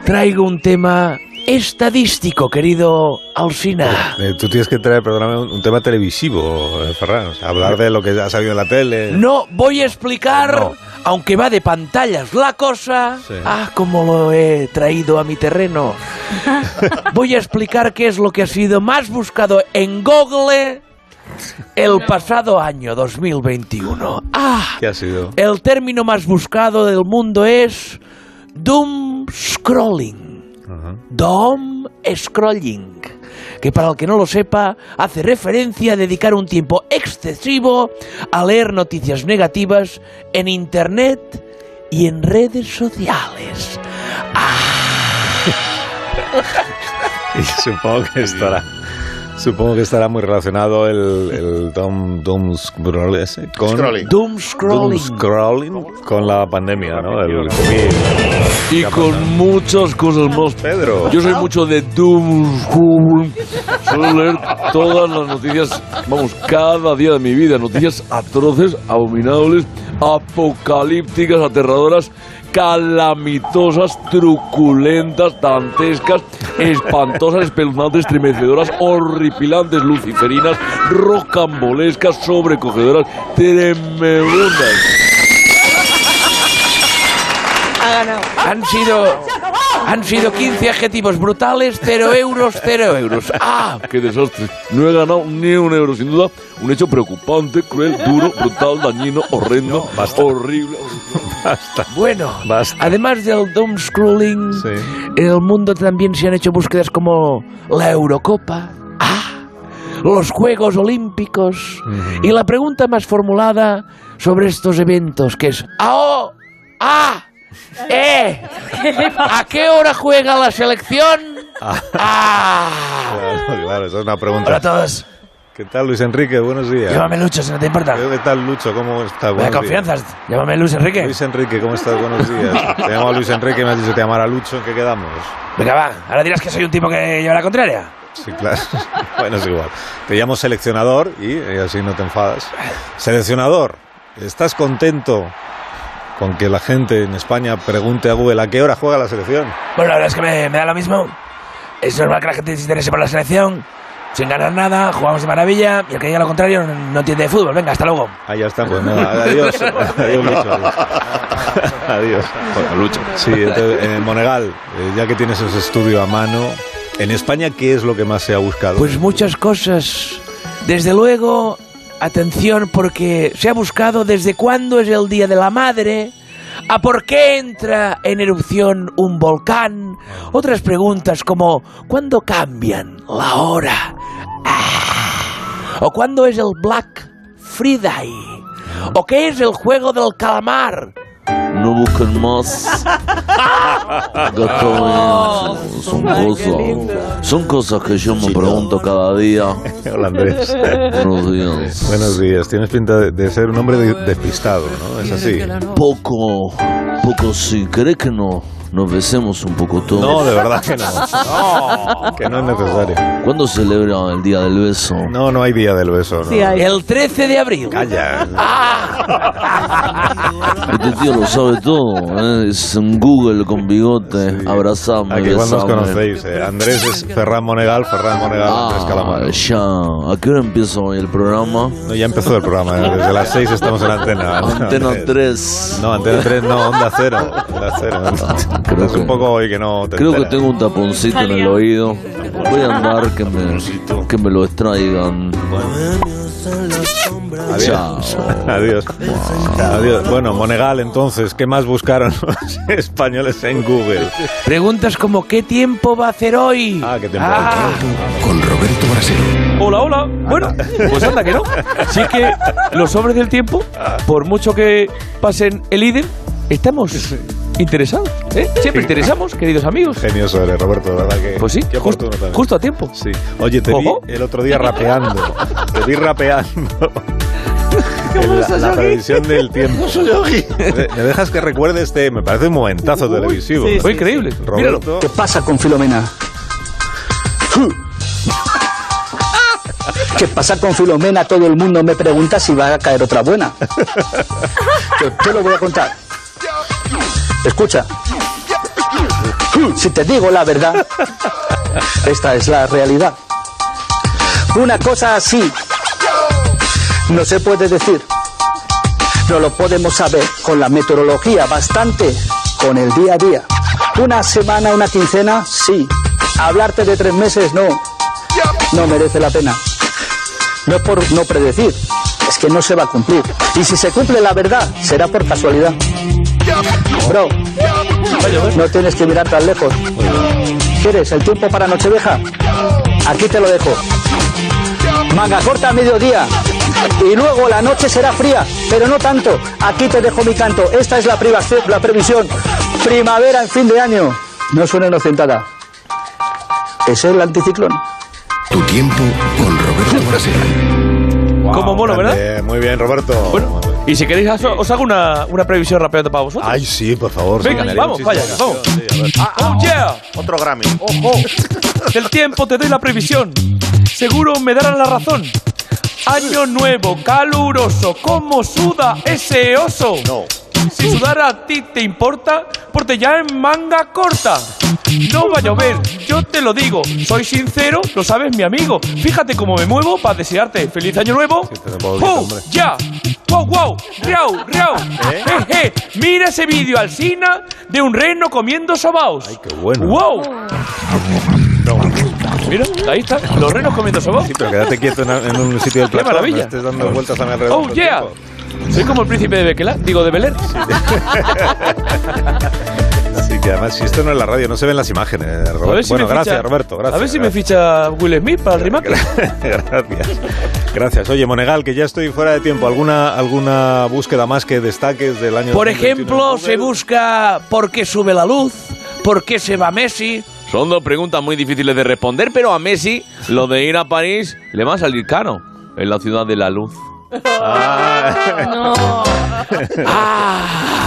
[SPEAKER 10] Traigo un tema estadístico, querido Alsina.
[SPEAKER 1] Eh, tú tienes que traer, perdóname, un, un tema televisivo, eh, Ferran. O sea, hablar de lo que ha salido en la tele.
[SPEAKER 10] No voy a explicar,
[SPEAKER 1] No.
[SPEAKER 10] aunque va de pantallas la cosa,
[SPEAKER 1] Sí.
[SPEAKER 10] ah, como lo he traído a mi terreno. voy a explicar qué es lo que ha sido más buscado en Google el pasado año 2021. Ah,
[SPEAKER 1] ¿Qué ha sido?
[SPEAKER 10] el término más buscado del mundo es doom scrolling.
[SPEAKER 1] Ajá.
[SPEAKER 10] Dom Scrolling, que para el que no lo sepa, hace referencia a dedicar un tiempo excesivo a leer noticias negativas en Internet y en redes sociales.
[SPEAKER 1] Y supongo que estará. Supongo que estará muy relacionado el, el Doom, doom scroll ese con
[SPEAKER 2] Scrolling.
[SPEAKER 10] Doom
[SPEAKER 1] doom
[SPEAKER 10] Scrolling.
[SPEAKER 1] scrolling con la pandemia, ¿no? El
[SPEAKER 6] Y con muchas cosas más.
[SPEAKER 1] Pedro.
[SPEAKER 6] Yo soy mucho de Doom Scrolling. Suelo leer todas las noticias, vamos, cada día de mi vida. Noticias atroces, abominables, apocalípticas, aterradoras, calamitosas, truculentas, dantescas, espantosas, espeluznantes, estremecedoras, horripilantes, luciferinas, rocambolescas, sobrecogedoras, tremebundas.
[SPEAKER 4] Ha ganado.
[SPEAKER 10] Han sido, han sido 15 adjetivos brutales, 0 euros, 0 euros. Ah,
[SPEAKER 6] ¡Qué desastre! No he ganado ni un euro, sin duda. Un hecho preocupante, cruel, duro, brutal, dañino, horrendo, horrible.
[SPEAKER 10] bueno,
[SPEAKER 1] Basta.
[SPEAKER 10] además del Doom Scrolling,
[SPEAKER 1] Sí.
[SPEAKER 10] en el mundo también se han hecho búsquedas como la Eurocopa, ¡ah! los Juegos Olímpicos
[SPEAKER 1] Ujú.
[SPEAKER 10] y la pregunta más formulada sobre estos eventos que es ¡Ao! ¡Ah!
[SPEAKER 9] E.
[SPEAKER 10] ¡Eh! ¿A qué hora juega la selección? ¡Ah!
[SPEAKER 1] Claro, claro, esa es
[SPEAKER 10] Hola
[SPEAKER 1] una
[SPEAKER 10] a
[SPEAKER 1] pregunta.
[SPEAKER 10] todos.
[SPEAKER 1] ¿Qué tal, Luis Enrique? Buenos días.
[SPEAKER 10] Llámame Lucho, si no te importa.
[SPEAKER 1] ¿Qué tal, Lucho? ¿Cómo estás?
[SPEAKER 10] Me da
[SPEAKER 1] Buenos días.
[SPEAKER 10] confianza. Llámame Luis Enrique.
[SPEAKER 1] Luis Enrique, ¿cómo estás? Buenos días. Te llamo Luis Enrique y me has dicho que llamara Lucho. ¿En qué quedamos?
[SPEAKER 10] Venga, va. Ahora dirás que soy un tipo que lleva la contraria.
[SPEAKER 1] Sí, claro. Bueno, es igual. Te llamo seleccionador y eh, así no te enfadas. Seleccionador, ¿estás contento con que la gente en España pregunte a Google a qué hora juega la selección?
[SPEAKER 10] Bueno, la verdad es que me, me da lo mismo. Es normal que la gente se interese por la selección. Sin ganar nada, jugamos de maravilla. Y el que diga lo contrario no, no entiende de fútbol. Venga, hasta luego.
[SPEAKER 1] Ah, ya está, pues nada. Adiós. Adiós, Lucho. Adiós. Lucho. Sí, entonces, eh, Monegal, eh, ya que tienes ese estudio a mano, ¿en España qué es lo que más se ha buscado?
[SPEAKER 10] Pues muchas cosas. Desde luego, atención, porque se ha buscado desde cuándo es el Día de la Madre, a por qué entra en erupción un volcán, otras preguntas como ¿cuándo cambian la hora? Ah. ¿O cuándo es el Black
[SPEAKER 12] Friday? ¿O qué es el juego del calamar?
[SPEAKER 6] No busquen más.
[SPEAKER 12] Oh,
[SPEAKER 6] Gastón, son cosas. Son cosas que yo me pregunto cada día.
[SPEAKER 1] Hola Andrés.
[SPEAKER 6] Buenos días.
[SPEAKER 1] Buenos días. Tienes pinta de, de ser un hombre de- despistado, ¿no? Es así.
[SPEAKER 6] Poco, poco sí. ¿Crees que no? Nos besemos un poco todos.
[SPEAKER 1] No, de verdad que no. Que no es necesario.
[SPEAKER 6] ¿Cuándo celebra el Día del Beso?
[SPEAKER 1] No, no hay Día del Beso.
[SPEAKER 12] Sí hay. El
[SPEAKER 6] 13 de abril.
[SPEAKER 1] Calla.
[SPEAKER 6] Este tío lo sabe todo. ¿eh? Es un Google con bigote. Abrazame,
[SPEAKER 1] Aquí cuando os
[SPEAKER 6] besame.
[SPEAKER 1] conocéis, eh, Andrés es Ferran Monegal, Ferran Monegal, Andrés Calamaro.
[SPEAKER 6] Ah, ya. ¿A qué hora empieza hoy el programa?
[SPEAKER 1] No, ya empezó el programa, eh, desde las 6 estamos en antena.
[SPEAKER 6] Antena
[SPEAKER 1] 3. No, antena 3, no, onda 0. Onda 0. Estás un poco hoy que no te
[SPEAKER 6] Ah, Creo que
[SPEAKER 1] enteras.
[SPEAKER 6] tengo un taponcito en el oído. Voy a andar que me, que me lo extraigan.
[SPEAKER 1] Adiós. Adiós. Adiós. Bueno, Monegal, entonces, ¿qué más buscaron los españoles en Google?
[SPEAKER 12] Preguntas como ¿qué tiempo va a hacer hoy? Ah,
[SPEAKER 1] qué
[SPEAKER 12] tiempo.
[SPEAKER 1] Con Roberto Brasero.
[SPEAKER 9] Ah. Hola, hola. Bueno, pues anda que no. Si es que los hombres del tiempo, por mucho que pasen el IDEM, estamos interesados. ¿eh? Siempre interesamos, queridos amigos.
[SPEAKER 1] Genioso eres, Roberto, la verdad que.
[SPEAKER 9] Pues sí,
[SPEAKER 1] qué
[SPEAKER 9] justo,
[SPEAKER 1] oportuno también.
[SPEAKER 9] justo a tiempo.
[SPEAKER 1] Sí. Oye, te vi
[SPEAKER 9] Ojo.
[SPEAKER 1] el otro día rapeando. Te vi rapeando. En la, la previsión del tiempo. Me me dejas que recuerde este, me parece un momentazo televisivo.
[SPEAKER 9] sí, Fue sí, increíble. sí. Míralo.
[SPEAKER 1] Roberto.
[SPEAKER 9] ¿Qué
[SPEAKER 1] pasa con Filomena?
[SPEAKER 13] ¿Qué pasa con Filomena? Todo el mundo me pregunta si va a caer otra buena. Yo, yo lo voy a contar. Escucha. Si te digo la verdad, esta es la realidad. Una cosa así no se puede decir. No lo podemos saber con la meteorología, bastante con el día a día. Una semana, una quincena, sí. Hablarte de tres meses, no. No merece la pena. No es por no predecir, es que no se va a cumplir. Y si se cumple la verdad, será por casualidad. Bro, no tienes que mirar tan lejos. ¿Quieres el tiempo para Nochevieja? Aquí te lo dejo. Manga corta a mediodía. Y luego la noche será fría, pero no tanto. Aquí te dejo mi canto. Esta es la, privaci- la previsión. Primavera en fin de año. No suena inocentada. Es el anticiclón.
[SPEAKER 14] Tu tiempo con Roberto Brasero.
[SPEAKER 9] Como mono, ¿verdad?
[SPEAKER 1] eh, muy bien, Roberto.
[SPEAKER 9] Bueno, y si queréis, os- os hago una, una previsión rápida para vosotros.
[SPEAKER 1] Ay, sí, por favor.
[SPEAKER 9] Venga,
[SPEAKER 1] sí, me
[SPEAKER 9] vamos, vaya,
[SPEAKER 1] haría muchísima
[SPEAKER 9] vamos. Ah, oh, yeah.
[SPEAKER 2] Otro Grammy.
[SPEAKER 9] Ojo. Del tiempo te doy la previsión. Seguro me darán la razón. Año nuevo, caluroso, ¿cómo suda ese oso? No. Si sudar a ti te importa, porque ya en manga corta. No va a llover, yo te lo digo. Soy sincero, lo sabes, mi amigo. Fíjate cómo me muevo para desearte feliz año nuevo.
[SPEAKER 1] poquito,
[SPEAKER 9] ¡Oh,
[SPEAKER 1] hombre.
[SPEAKER 9] ya! ¡Wow, wow! ¡Riau, riau! Eh, eh, Mira ese vídeo, Alcina, de un reno comiendo sobaos. ¡Ay, qué
[SPEAKER 1] bueno.
[SPEAKER 9] ¡Wow! Mira, ahí está, los renos comiendo sobaos.
[SPEAKER 1] Pero quédate quieto en, en un sitio del
[SPEAKER 9] ¡Qué
[SPEAKER 1] platón.
[SPEAKER 9] maravilla!
[SPEAKER 1] No estés dando vueltas a mi alrededor.
[SPEAKER 9] ¡Oh,
[SPEAKER 1] todo el
[SPEAKER 9] yeah!
[SPEAKER 1] tiempo.
[SPEAKER 9] Soy como el príncipe de Bequelá, digo de Belén.
[SPEAKER 1] Sí, que además, si esto no es la radio, no se ven las imágenes, eh, Roberto.
[SPEAKER 9] A ver si
[SPEAKER 1] bueno,
[SPEAKER 9] me ficha-
[SPEAKER 1] gracias, Roberto. Gracias.
[SPEAKER 9] A ver si me ficha Will Smith para el remate.
[SPEAKER 1] Gracias. Gracias. Oye, Monegal, que ya estoy fuera de tiempo. ¿Alguna, alguna búsqueda más que destaques del año
[SPEAKER 12] Por
[SPEAKER 1] 2021?
[SPEAKER 12] ejemplo, se busca por qué sube la luz, por qué se va Messi.
[SPEAKER 3] Son dos preguntas muy difíciles de responder, pero a Messi lo de ir a París le va a salir caro en la ciudad de la luz.
[SPEAKER 1] Ah,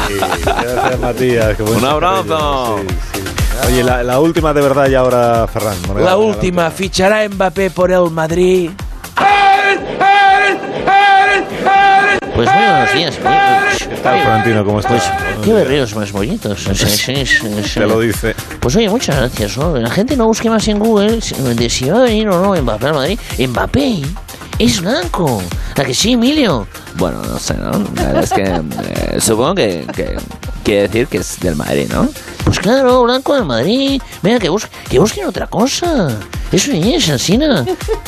[SPEAKER 1] Sí, gracias, Matías. qué buen
[SPEAKER 3] Un abrazo.
[SPEAKER 1] sorpresa. Sí, sí. Oye, la, la última de verdad y ahora, Ferran. Monegal,
[SPEAKER 12] La última, fichará Mbappé por el Madrid.
[SPEAKER 10] Pues muy buenos días, amigos.
[SPEAKER 1] ¿Qué tal, Florentino? ¿Cómo estás?
[SPEAKER 10] Qué berreos más bonitos. O sea, sí, sí, sí.
[SPEAKER 1] Te lo dice.
[SPEAKER 10] Pues oye, muchas gracias. ¿no? La gente no busque más en Google si- de si va a venir o no Mbappé al Madrid. Mbappé es blanco. ¿A que sí, Emilio?
[SPEAKER 15] Bueno, no sé, ¿no? La verdad es que eh, supongo que, que quiere decir que es del Madrid, ¿no?
[SPEAKER 10] Pues claro, blanco del Madrid. Venga, que, busque, que busquen otra cosa. Eso es, Alsina.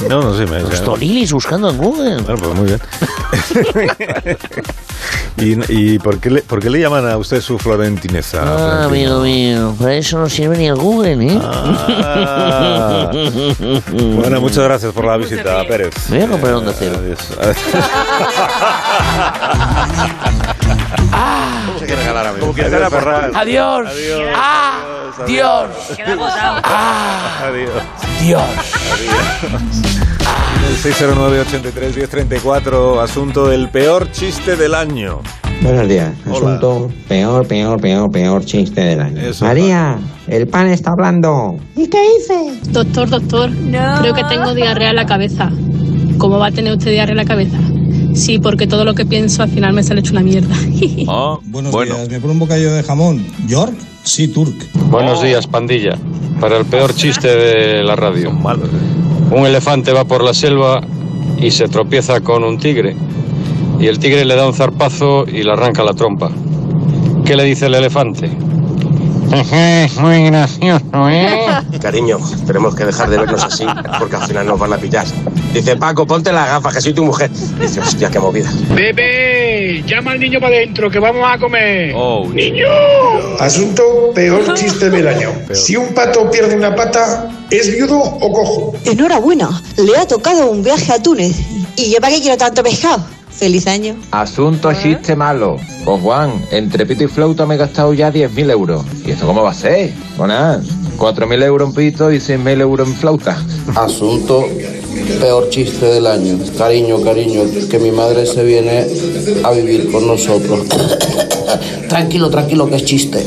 [SPEAKER 1] No, no sé. Me,
[SPEAKER 10] Los tolilis buscando en Google.
[SPEAKER 1] Bueno, pues muy bien. ¿Y, y por, qué le, por qué le llaman a usted su florentineza?
[SPEAKER 10] Ah,
[SPEAKER 1] Florentino?
[SPEAKER 10] amigo mío, para eso no sirve ni el Google, ¿eh?
[SPEAKER 1] Ah. bueno, muchas gracias por la visita, Pérez.
[SPEAKER 10] Me voy a comprar Onda
[SPEAKER 1] Cero. Adiós.
[SPEAKER 10] Ah.
[SPEAKER 2] Hay que regalar a mí.
[SPEAKER 1] Adiós, Ferran.
[SPEAKER 12] Adiós.
[SPEAKER 1] Adiós.
[SPEAKER 12] Ah,
[SPEAKER 1] Adiós.
[SPEAKER 12] Dios.
[SPEAKER 1] Queda agotado.
[SPEAKER 10] Ah.
[SPEAKER 1] Adiós.
[SPEAKER 12] Dios.
[SPEAKER 1] El 609-83-1034, asunto del peor chiste del año.
[SPEAKER 16] Buenos días. Asunto peor, peor, peor, peor chiste del año. María, el pan está hablando.
[SPEAKER 17] ¿Y qué hice? Doctor, doctor, creo que tengo diarrea en la cabeza. ¿Cómo va a tener usted diarrea en la cabeza? Sí, porque todo lo que pienso al final me sale hecho una mierda.
[SPEAKER 18] Ah,
[SPEAKER 19] Buenos días, me pone un bocadillo de jamón. ¿York? Sí, Turk.
[SPEAKER 18] Buenos días, pandilla. Para el peor chiste de la radio. Un elefante va por la selva y se tropieza con un tigre. Y el tigre le da un zarpazo y le arranca la trompa. ¿Qué le dice el elefante?
[SPEAKER 20] Es muy gracioso, ¿eh? Cariño, tenemos que dejar de vernos así, porque al final nos van a pillar. Dice, Paco, ponte las gafas, que soy tu mujer. Dice, hostia, qué movida.
[SPEAKER 21] Bebé, llama al niño para adentro, que vamos a comer. niño.
[SPEAKER 22] Asunto peor chiste del año. Si un pato pierde una pata, ¿es viudo o cojo?
[SPEAKER 23] Enhorabuena, le ha tocado un viaje a Túnez. ¿Y yo para qué quiero tanto pescado? Feliz año.
[SPEAKER 24] Asunto chiste malo. Con Juan, entre pito y flauta me he gastado ya 10.000 euros. ¿Y esto cómo va a ser? Bueno, nada, 4.000 euros en pito y 6.000 euros en flauta.
[SPEAKER 25] Asunto peor chiste del año. Cariño, cariño, que mi madre se viene a vivir con nosotros. tranquilo, tranquilo, que es chiste.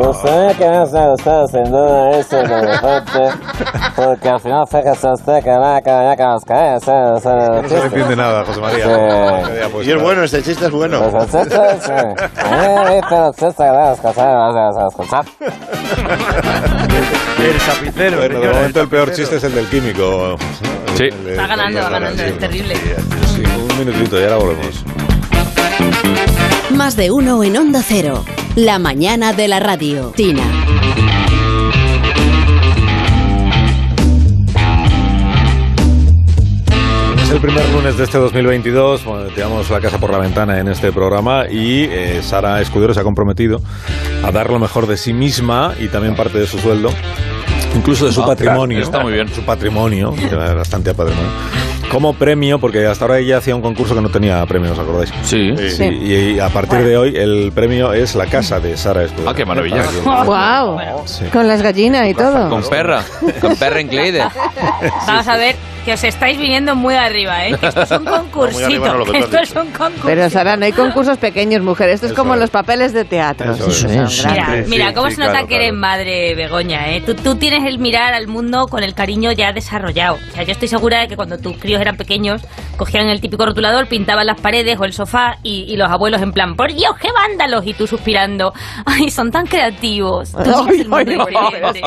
[SPEAKER 26] Usted Pues que no se usted sin duda es el elefante, porque al final fíjese usted que no que ya que nos cae, ese es el
[SPEAKER 1] No se entiende nada, José María.
[SPEAKER 26] Sí.
[SPEAKER 2] Y es bueno, este chiste es bueno.
[SPEAKER 26] Pues el chiste, sí. A mí me dice los chistes que debes escuchar, no debes escuchar.
[SPEAKER 1] El tapicero. Bueno, de
[SPEAKER 5] señora,
[SPEAKER 1] momento el peor chiste es el del químico. Sí.
[SPEAKER 7] Va ganando, va ganando, este. es terrible.
[SPEAKER 1] Sí, un minutito y ahora volvemos.
[SPEAKER 11] Más de uno en Onda Cero. La mañana de la radio. Tina.
[SPEAKER 1] Es el primer lunes de este 2022. Bueno, tiramos la casa por la ventana en este programa y eh, Sara Escudero se ha comprometido a dar lo mejor de sí misma y también parte de su sueldo, incluso de su
[SPEAKER 3] Ah,
[SPEAKER 1] patrimonio.
[SPEAKER 3] está muy bien.
[SPEAKER 1] Su patrimonio, que era bastante patrimonio. Como premio, porque hasta ahora ella hacía un concurso que no tenía premio, ¿os acordáis? Sí.
[SPEAKER 4] Sí.
[SPEAKER 1] Y, y a partir de hoy el premio es la casa de Sara Escudero. Ah, qué maravilla.
[SPEAKER 4] ¡Wow! Con las gallinas y todo.
[SPEAKER 3] Con perra, con perra incluida.
[SPEAKER 7] Vamos a ver que os estáis viniendo muy arriba, ¿eh? Que Esto es un
[SPEAKER 3] Ah, Muy arriba
[SPEAKER 7] concursito.
[SPEAKER 3] no lo que tú
[SPEAKER 7] que
[SPEAKER 3] has
[SPEAKER 7] esto es un concurso.
[SPEAKER 4] Pero Sara, no hay concursos pequeños, mujer. Esto es como los papeles de teatro.
[SPEAKER 10] Eso
[SPEAKER 4] Son
[SPEAKER 10] es.
[SPEAKER 4] grandes.
[SPEAKER 7] Mira, mira, cómo
[SPEAKER 10] sí,
[SPEAKER 7] se nota
[SPEAKER 10] claro,
[SPEAKER 7] que eres madre, Begoña, ¿eh? Tú, tú tienes el mirar al mundo con el cariño ya desarrollado. O sea, yo estoy segura de que cuando tus críos eran pequeños, cogían el típico rotulador, pintaban las paredes o el sofá y, y los abuelos en plan, por Dios, qué vándalos, y tú suspirando. Ay, son tan creativos. Tú tienes el mundo diferente.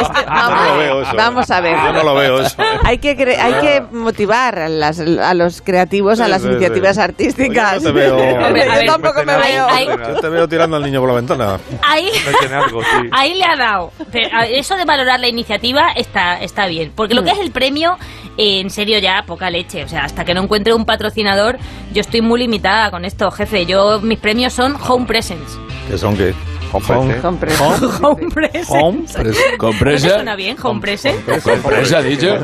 [SPEAKER 7] Este,
[SPEAKER 1] Yo no lo veo eso.
[SPEAKER 4] Vamos a ver.
[SPEAKER 1] Yo no lo veo eso.
[SPEAKER 4] Hay que, cre- hay que motivar a, las- a los creativos, a
[SPEAKER 1] Sí,
[SPEAKER 4] las
[SPEAKER 1] sí,
[SPEAKER 4] iniciativas
[SPEAKER 1] sí.
[SPEAKER 4] artísticas.
[SPEAKER 1] No te veo.
[SPEAKER 4] Yo tampoco me veo.
[SPEAKER 1] No te veo tirando al niño por la ventana.
[SPEAKER 7] Ahí,
[SPEAKER 1] Tiene algo, sí.
[SPEAKER 7] ahí le ha dado. Pero a- eso de valorar la iniciativa está, está bien. Porque
[SPEAKER 1] Mm.
[SPEAKER 7] lo que es el premio, eh, en serio ya, poca leche. O sea, hasta que no encuentre un patrocinador, yo estoy muy limitada con esto, jefe. Yo, mis premios son home presents.
[SPEAKER 1] ¿Qué son qué? Home,
[SPEAKER 4] Home press.
[SPEAKER 7] Home presents.
[SPEAKER 1] Home press.
[SPEAKER 7] ¿No te
[SPEAKER 1] Compresa.
[SPEAKER 7] suena bien? Home presents.
[SPEAKER 1] Compresa, ha dicho.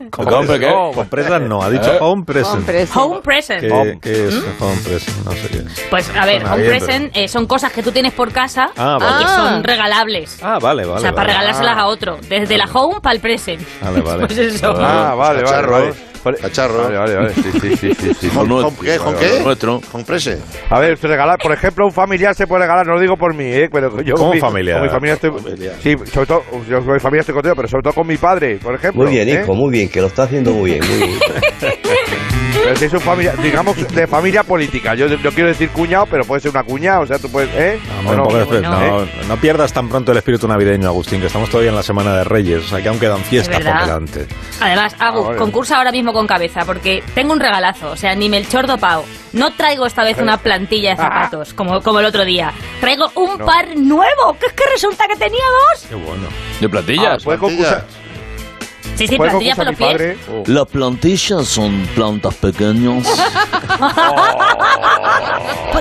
[SPEAKER 1] Oh. Compresa,
[SPEAKER 3] qué?
[SPEAKER 1] no, compresa no, ha dicho
[SPEAKER 3] ¿Eh?
[SPEAKER 1] home present.
[SPEAKER 7] Home present.
[SPEAKER 1] ¿Qué, qué es home present? No sé qué.
[SPEAKER 7] Pues a ver,
[SPEAKER 1] Suena
[SPEAKER 7] home
[SPEAKER 1] bien, pero-
[SPEAKER 7] present eh, son cosas que tú tienes por casa
[SPEAKER 1] Ah,
[SPEAKER 7] y
[SPEAKER 1] vale.
[SPEAKER 7] que son regalables.
[SPEAKER 1] Ah, vale, vale.
[SPEAKER 7] o sea, para
[SPEAKER 1] vale.
[SPEAKER 7] regalárselas a otro. Desde la home para el present.
[SPEAKER 1] Vale, vale.
[SPEAKER 7] Pues eso.
[SPEAKER 5] Ah, vale, vale,
[SPEAKER 2] Cacharro,
[SPEAKER 5] vale.
[SPEAKER 2] eh.
[SPEAKER 5] Cacharro. Vale, vale, vale. Sí, sí, sí. sí, sí.
[SPEAKER 2] Home- home- ¿qué? ¿Home qué?
[SPEAKER 5] Nuestro.
[SPEAKER 2] Home prese.
[SPEAKER 5] A ver, regalar, por ejemplo, un familiar se puede regalar, no lo digo por mí, ¿eh? Pero yo
[SPEAKER 2] ¿Cómo
[SPEAKER 5] con mi,
[SPEAKER 2] familiar?
[SPEAKER 5] Con mi familia estoy.
[SPEAKER 2] Familiar.
[SPEAKER 5] Sí, sobre todo, yo con mi familia estoy contento, pero sobre todo con mi padre, por ejemplo.
[SPEAKER 27] Muy bien,
[SPEAKER 5] ¿eh?
[SPEAKER 27] hijo, muy bien, que lo está haciendo muy bien, muy bien.
[SPEAKER 5] Pero si es un familia, digamos, de familia política. Yo no quiero decir cuñado, pero puede ser una cuñada, o sea, tú puedes. ¿eh?
[SPEAKER 1] Hombre,
[SPEAKER 5] ¿O no?
[SPEAKER 1] un poco de-
[SPEAKER 5] ¿Eh?
[SPEAKER 1] no, no pierdas tan pronto el espíritu navideño, Agustín, que estamos todavía en la semana de Reyes, o sea que aún quedan fiestas
[SPEAKER 7] Es
[SPEAKER 1] por
[SPEAKER 7] verdad. ¿Eh?
[SPEAKER 1] delante.
[SPEAKER 7] Además, Agus,
[SPEAKER 1] Ahora.
[SPEAKER 7] concursa ahora mismo con cabeza, porque tengo un regalazo. O sea, ni Melchor dopao. No traigo esta vez una plantilla de zapatos, como, como el otro día. Traigo un
[SPEAKER 3] No.
[SPEAKER 7] par nuevo, que es que resulta que tenía dos.
[SPEAKER 1] Qué bueno.
[SPEAKER 3] ¿De
[SPEAKER 2] Ah,
[SPEAKER 3] plantillas?
[SPEAKER 5] puede concursar.
[SPEAKER 7] Sí, sí,
[SPEAKER 26] Pues
[SPEAKER 5] Puede
[SPEAKER 7] plantillas para los
[SPEAKER 5] concursar mi
[SPEAKER 7] pies.
[SPEAKER 6] Las plantillas son plantas pequeñas.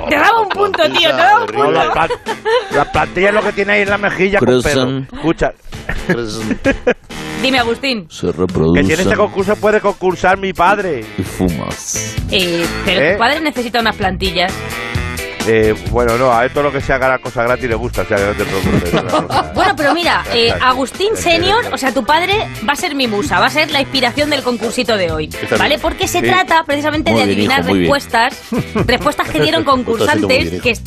[SPEAKER 7] Te daba un punto, tío, te daba un
[SPEAKER 5] No,
[SPEAKER 7] punto.
[SPEAKER 5] la, pla- la plantilla es lo que tiene ahí en la mejilla con pelo.
[SPEAKER 6] Crecen.
[SPEAKER 5] Escucha,
[SPEAKER 7] Dime, Agustín.
[SPEAKER 6] Se
[SPEAKER 5] que si en este
[SPEAKER 6] reproducen
[SPEAKER 5] concurso puede concursar mi padre.
[SPEAKER 6] y fumas.
[SPEAKER 7] Eh, pero
[SPEAKER 5] ¿Eh?
[SPEAKER 7] tu padre necesita unas plantillas.
[SPEAKER 5] Eh, bueno, no, a esto lo que sea haga la cosa gratis le gusta, o sea, que no te preocupes. no, no.
[SPEAKER 7] Bueno, pero mira, eh, Agustín Senior, o sea, tu padre va a ser mi musa, va a ser la inspiración del concursito de hoy,
[SPEAKER 5] Está bien.
[SPEAKER 7] ¿vale? Porque se
[SPEAKER 5] Sí.
[SPEAKER 7] trata precisamente
[SPEAKER 5] Muy
[SPEAKER 7] de
[SPEAKER 5] bien, hijo,
[SPEAKER 7] adivinar
[SPEAKER 5] muy bien.
[SPEAKER 7] respuestas, respuestas que dieron
[SPEAKER 5] Puto, sí, muy
[SPEAKER 7] concursantes
[SPEAKER 5] bien,
[SPEAKER 7] que, es-